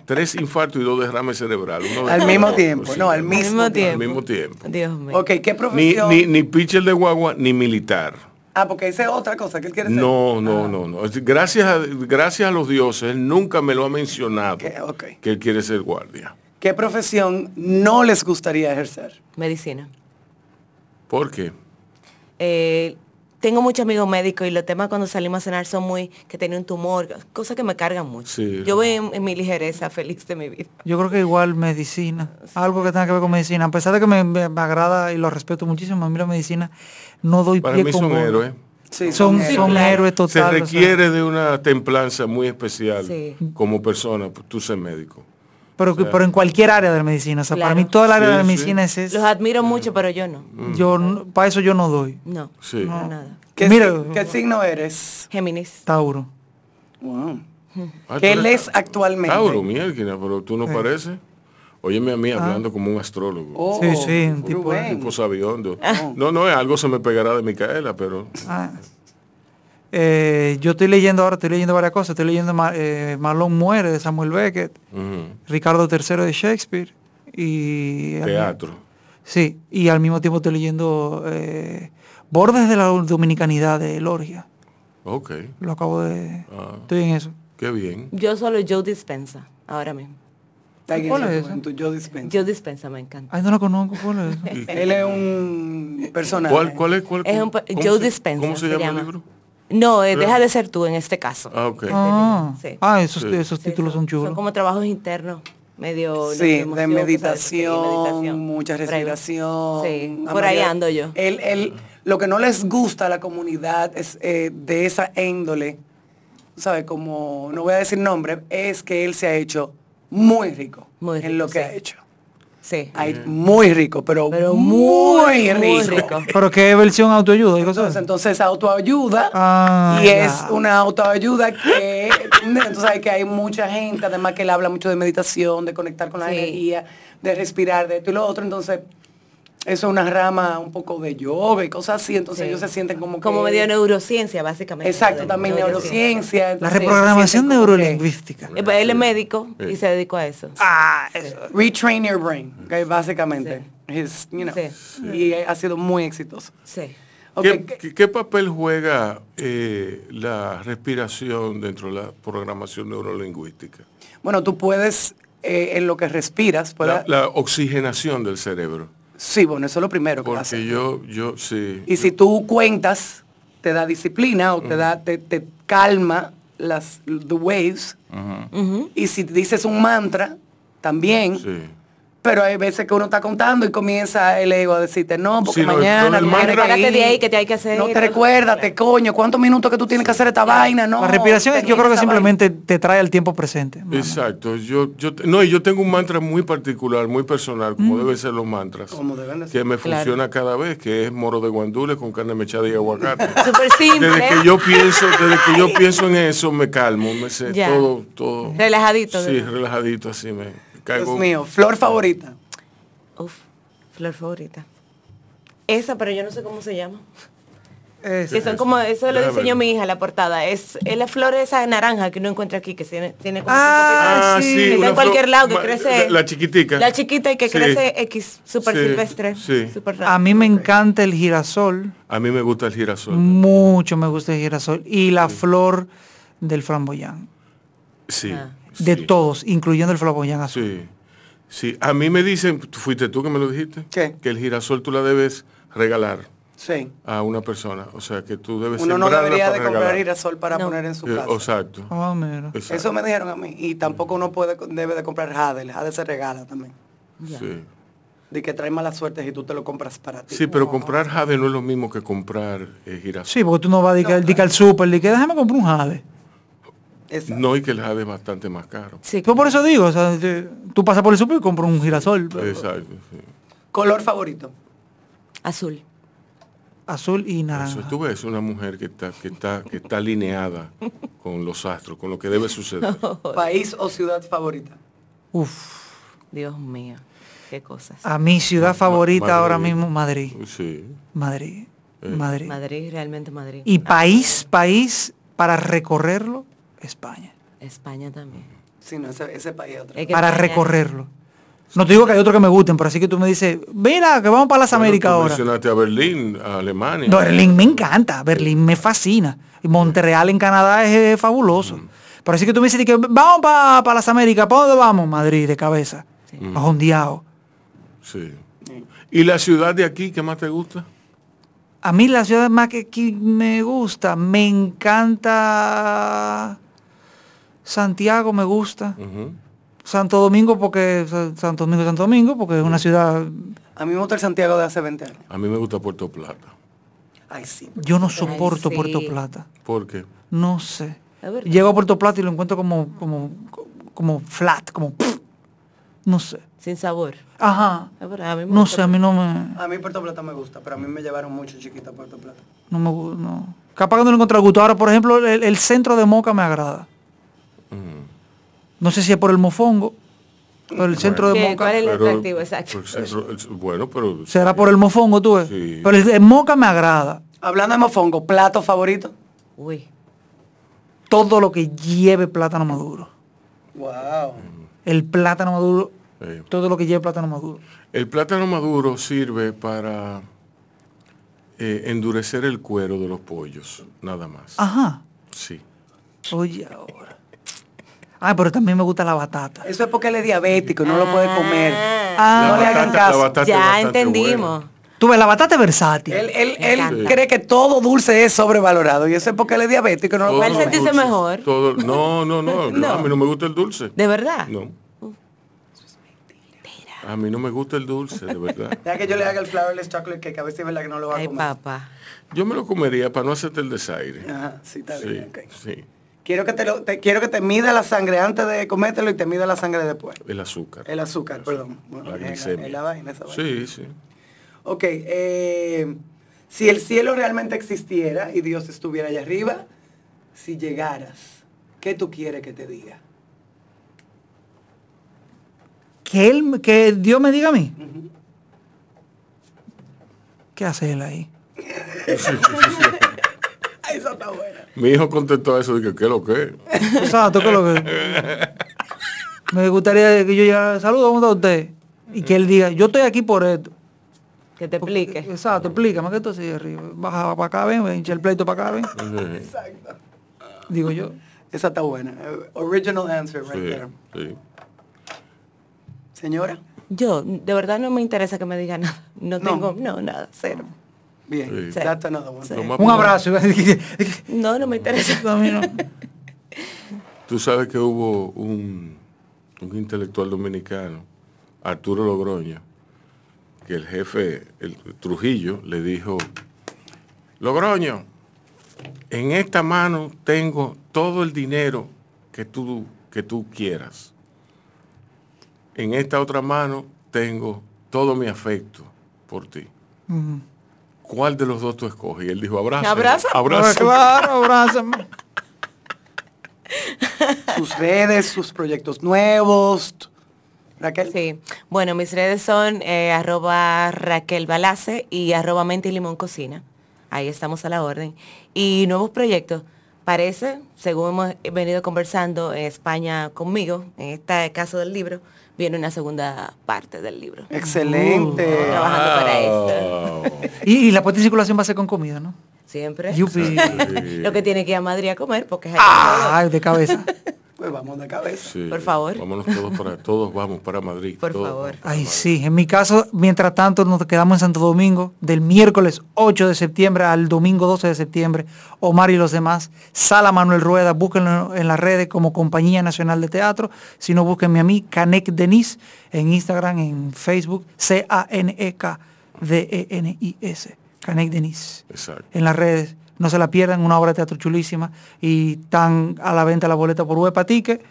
Tres infartos y dos derrames cerebrales. uno de Al cada mismo lado, tiempo, sí. no, al mismo Al tiempo. mismo tiempo. Dios mío. Ok, ¿qué Ni, profesión? ni, ni pitcher de guagua ni militar. Ah, porque esa es otra cosa que él quiere ser. No, Ah. no, no, no. Es- Gracias a, gracias a los dioses, él nunca me lo ha mencionado que él quiere ser guardia. ¿Qué profesión no les gustaría ejercer? Medicina. ¿Por qué? Eh, tengo muchos amigos médicos y los temas cuando salimos a cenar son muy que tenía un tumor, cosas que me cargan mucho. Sí. Yo voy en, en mi ligereza feliz de mi vida. Yo creo que igual medicina, algo que tenga que ver con medicina. A pesar de que me, me- me agrada y lo respeto muchísimo, a mí la medicina no doy Para pie mí con son bola. héroes. son, son héroes Se totales. requiere de una templanza muy especial Sí. como persona, pues, tú ser médico. pero, que- sea- pero en cualquier área de la medicina. O sea, para Claro. mí toda el área Sí, de la sí. medicina es, es- Los admiro mucho, pero yo no. yo no- para eso yo no doy. No, Sí. no nada. ¿Qué, Mira, si- ¿qué signo eres? Géminis. Tauro. Wow. Ah, tú ¿Qué eres él es actualmente? Tauro, mierda, pero tú no pareces. Óyeme a mí hablando como un astrólogo. Oh, Sí, sí, un Un tipo- tipo, sabiondo. No, no, algo se me pegará de Micaela, pero... Ah. Eh, yo estoy leyendo ahora, estoy leyendo varias cosas. Estoy leyendo Ma- eh, Marlon Muere de Samuel Beckett, Ujú. Ricardo III de Shakespeare y... Teatro. Sí, y al mismo tiempo estoy leyendo eh, Bordes de la Dominicanidad de Lorgia. Ok. Lo acabo de... Ah, Estoy en eso. qué bien. Yo solo Joe Dispensa, ahora mismo. ¿Cuál es eso? Joe Dispensa. Joe Dispensa, me encanta. Ay, no lo conozco, ¿cuál es? Él es un personaje. ¿Cuál, cuál es? Cuál, Es un pa- Joe Dispenza ¿Cómo se, se llama, llama. el libro? No, eh, Ah. deja de ser tú en este caso. Ah, ok. Ah, Sí. ah, esos, Sí. esos títulos son chulos. Son como trabajos internos, medio... Sí, de emoción, meditación, cosas de eso, sí, meditación. mucha Por ahí va. respiración. Eh, Sí, la por ahí mayoría- ando yo. El- el- lo que no les gusta a la comunidad es eh, de esa índole, ¿sabes? Como, no voy a decir nombre, es que él se ha hecho muy rico, en lo que ha hecho. Sí. muy rico, pero, muy, rico. Pero qué versión autoayuda y cosas. Entonces, entonces, autoayuda Ah, y es ya. una autoayuda que tú sabes que hay mucha gente además que le habla mucho de meditación de conectar con la energía de respirar de esto y lo otro entonces Eso es una rama un poco de yoga y cosas así, entonces ellos se sienten como que... Como medio neurociencia, básicamente. Exacto, también neurociencia. La reprogramación neurolingüística. Eh, pues, Él es médico y Sí. se dedicó a eso. Ah, retrain your brain, que básicamente. His, you know. Y ha sido muy exitoso. Sí. ¿Qué, qué- qué papel juega eh, la respiración dentro de la programación neurolingüística? Bueno, tú puedes, eh, en lo que respiras, La, pueda- la oxigenación del cerebro. sí, bueno, eso es lo primero que Porque yo, yo, sí. Y si tú cuentas, te da disciplina o te da, te, te calma las the waves. Y si dices un mantra, también. Pero hay veces que uno está contando y comienza el ego a decirte, no, Sí, porque lo- lo mañana del tú tienes mantra- que ir. Sácate de ahí que te hay que hacer No te esto. recuérdate, coño, cuántos minutos que tú tienes que hacer esta vaina, no. La respiración es- yo creo que esa vaina. simplemente te trae al tiempo presente. Exacto. Yo, yo, te- no, y yo tengo un mantra muy particular, muy personal, como Mm. deben ser los mantras. Como deben de ser. Que me Claro. funciona cada vez, que es moro de guandules con carne mechada y aguacate. Súper simple. Desde que yo pienso, desde que yo pienso en eso, me calmo, me sé Ya. todo, todo. Relajadito, Sí, ¿verdad? relajadito, así me caigo. Dios mío, flor favorita. Uf, flor favorita. Esa, pero yo no sé cómo se llama. Esa. Que son como, eso lo Déjame diseñó ver. mi hija, la portada. Es, es la flor esa naranja que uno encuentra aquí, que tiene, tiene como Ah, cinco pétalos. sí, Que está una en cualquier flor- lado, que ma- crece. la- la chiquitica. La chiquita y que Sí. crece X, súper Sí, silvestre. sí. súper raro. A mí me encanta el girasol. A mí me gusta el girasol. Mm. Mucho me gusta el girasol. Y la flor del flamboyán. Sí. Ah, De todos, incluyendo el flamboyán azul. Sí. Sí, a mí me dicen, tú- fuiste tú que me lo dijiste, que el girasol tú la debes regalar Sí. a una persona, o sea, que tú debes Uno no sembrarla debería para de comprar regalar. girasol para poner en su Eh, casa. Exacto. Ah, Exacto. Eso me dijeron a mí. Y tampoco uno puede, debe de comprar jade. El jade se regala también. Sí. De que trae mala suerte si tú te lo compras para ti. Sí, pero comprar jade no es lo mismo que comprar eh, girasol. Sí, porque tú no vas a di que- di que al súper, di que déjame comprar un jade. No, y que el jade es bastante más caro. Yo por eso digo, o sea, te- tú pasas por el súper y compras un girasol. pero- Exacto. sí. Color favorito. Azul. Azul y Eso, naranja. tú ves una mujer que está, que está, que está alineada con los astros, con lo que debe suceder. País o ciudad favorita. Uf. Dios mío, qué cosas. A mi ciudad favorita Madrid. Eh. ahora mismo, Madrid. Sí. Madrid. Madrid. Madrid, realmente Madrid. Ah. Y país, país, para recorrerlo, España. España también. Sí, no, ese, ese país es Eh. otro. Para recorrerlo. No te digo que hay otro que me gusten, pero así que tú me dices, mira, que vamos para las Américas Tú ahora. Mencionaste a Berlín, a Alemania. No, Berlín me encanta, Berlín me fascina. Y Montreal en Canadá es eh, fabuloso. Pero así que tú me dices, que vamos para las Américas, ¿para dónde vamos? Madrid, de cabeza. Mm. Ajondeado. Sí. ¿Y la ciudad de aquí, qué más te gusta? A mí la ciudad más que aquí me gusta, me encanta Santiago, me gusta. Santo Domingo porque Sa- Santo Domingo, Santo Domingo porque es Mm. una ciudad. A mí me gusta el Santiago de hace 20 años. A mí me gusta Puerto Plata. Ay, sí. Yo no soporto sí. Puerto Plata. ¿Por qué? No sé. La verdad. Llego a Puerto Plata y lo encuentro como como como flat, como no sé. Sin sabor. Ajá. Es verdad, a mí me No gusta sé, a mí no me A mí Puerto Plata me gusta, pero a mí me llevaron mucho chiquita a Puerto Plata. no me gu- no. Capaz que no le encontré el gusto. Ahora, por ejemplo, el, el centro de Moca me agrada. Mm. No sé si es por el mofongo, pero el centro de ¿Qué? Moca. ¿Cuál es el Pero- pues, atractivo? Exacto. Por centro- el- bueno, pero Será por el mofongo, tú ves. Pero el, el moca me agrada. Hablando de mofongo, ¿plato favorito? Uy. Todo lo que lleve plátano maduro. Wow. El plátano maduro, eh, todo lo que lleve plátano maduro. el plátano maduro sirve para eh, endurecer el cuero de los pollos, nada más. Ah. Ajá. Sí. Oye, ahora. Ah, pero también me gusta la batata. Eso es porque él es diabético, no lo puede comer. Ah. no le hagan caso. Tú ves, la batata es versátil. Él, él- él cree que todo dulce es sobrevalorado y eso es porque él es diabético. No lo Todo puede comer. dulce, todo- no, no, no, No. A mí no me gusta el dulce. ¿De verdad? No. A mí no me gusta el dulce, de verdad. Deja que yo le haga el flourless chocolate cake, a ver si es verdad que no lo va a comer. papá. Yo me lo comería para no hacerte el desaire. Ajá, sí, Ah, está Sí, bien. sí, Quiero que te, lo- te- quiero que te mida la sangre antes de comértelo y te mida la sangre después. el azúcar. El azúcar, perdón. Bueno, La es es glicemia. la vaina, esa vaina. Sí, sí. Ok, eh, si el cielo realmente existiera y Dios estuviera allá arriba, si llegaras, ¿qué tú quieres que te diga? Que él, que Dios me diga a mí. ¿Qué hace él ahí? Eso está bueno. Mi hijo contestó a eso, dije, ¿qué es lo que? Exacto, que lo que. Me gustaría que yo ya saludo, ¿cómo está usted? Y que él diga, yo estoy aquí por esto. Que te explique. Exacto, explícame que esto sigue arriba. Baja para acá, ven, hincha el pleito para acá, ven. Exacto. Digo yo. Esa está buena. Eh, Original answer right Sí, there. sí. Señora, Yo, de verdad no me interesa que me diga nada. No tengo, no, nada, cero. bien. Sí. That's another one. Sí. Un abrazo. No, no me interesa. Tú sabes que hubo un, un intelectual dominicano, Arturo Logroño, que el jefe, el Trujillo, le dijo, Logroño, en esta mano tengo todo el dinero que tú, que tú quieras. En esta otra mano tengo todo mi afecto por ti. Ujú. ¿Cuál de los dos tú escoges? Y él dijo, abraza. Abraza. Claro, abrázame. sus redes, sus proyectos nuevos. Raquel. Sí. Bueno, mis redes son eh, arroba Raquel Balace y arroba Mente y Limón Cocina. Ahí estamos a la orden. Y nuevos proyectos. Parece, según hemos venido conversando en España conmigo, en este caso del libro, viene una segunda parte del libro. Excelente. Uh, Estamos trabajando para esto. Y, y la puesta en circulación va a ser con comida, ¿no? Siempre. Yupi. Lo que tiene que ir a Madrid a comer, porque es ahí. Ah. Ay, de cabeza. Pues vamos de cabeza. Sí, Por favor. Vámonos todos para, todos vamos para Madrid. Por favor. Ay, sí. En mi caso, mientras tanto, nos quedamos en Santo Domingo del miércoles 8 de septiembre al domingo 12 de septiembre. Omar y los demás. Sala Manuel Rueda. Búsquenlo en las redes como Compañía Nacional de Teatro. Si no, búsquenme a mí, Canek Denis, en Instagram, en Facebook. E C-A-N-E-K-D-E-N-I-S. Canek Denis. Exacto. en las redes. No se la pierdan, una obra de teatro chulísima. Y están a la venta la boleta por Web Patique,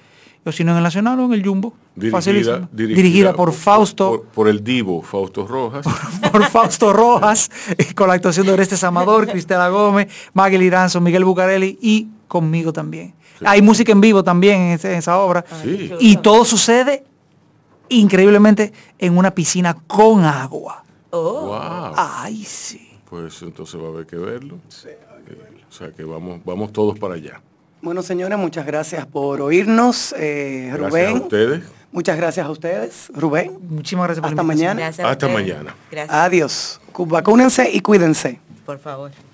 o si no en el Nacional o en el Jumbo. Facilísima. Dirigida, Dirigida por Fausto, Por, por el divo Fausto Rojas. por Fausto Rojas, y con la actuación de Orestes Amador, Cristela Gómez, Maggie Liranzo, Miguel Bucarelli y conmigo también. Hay música en vivo también en, ese- en esa obra. Sí. Y todo sucede increíblemente en una piscina con agua. Oh, Wow. Ay, sí. Pues entonces va a haber que verlo. Eh, o sea que vamos, vamos todos para allá. Bueno, señores, muchas gracias por oírnos. Eh, Gracias a Rubén, ustedes. muchas gracias a ustedes. Rubén. Muchísimas gracias Hasta mañana. Hasta mañana. Adiós. Cu- Vacúnense y cuídense. Por favor.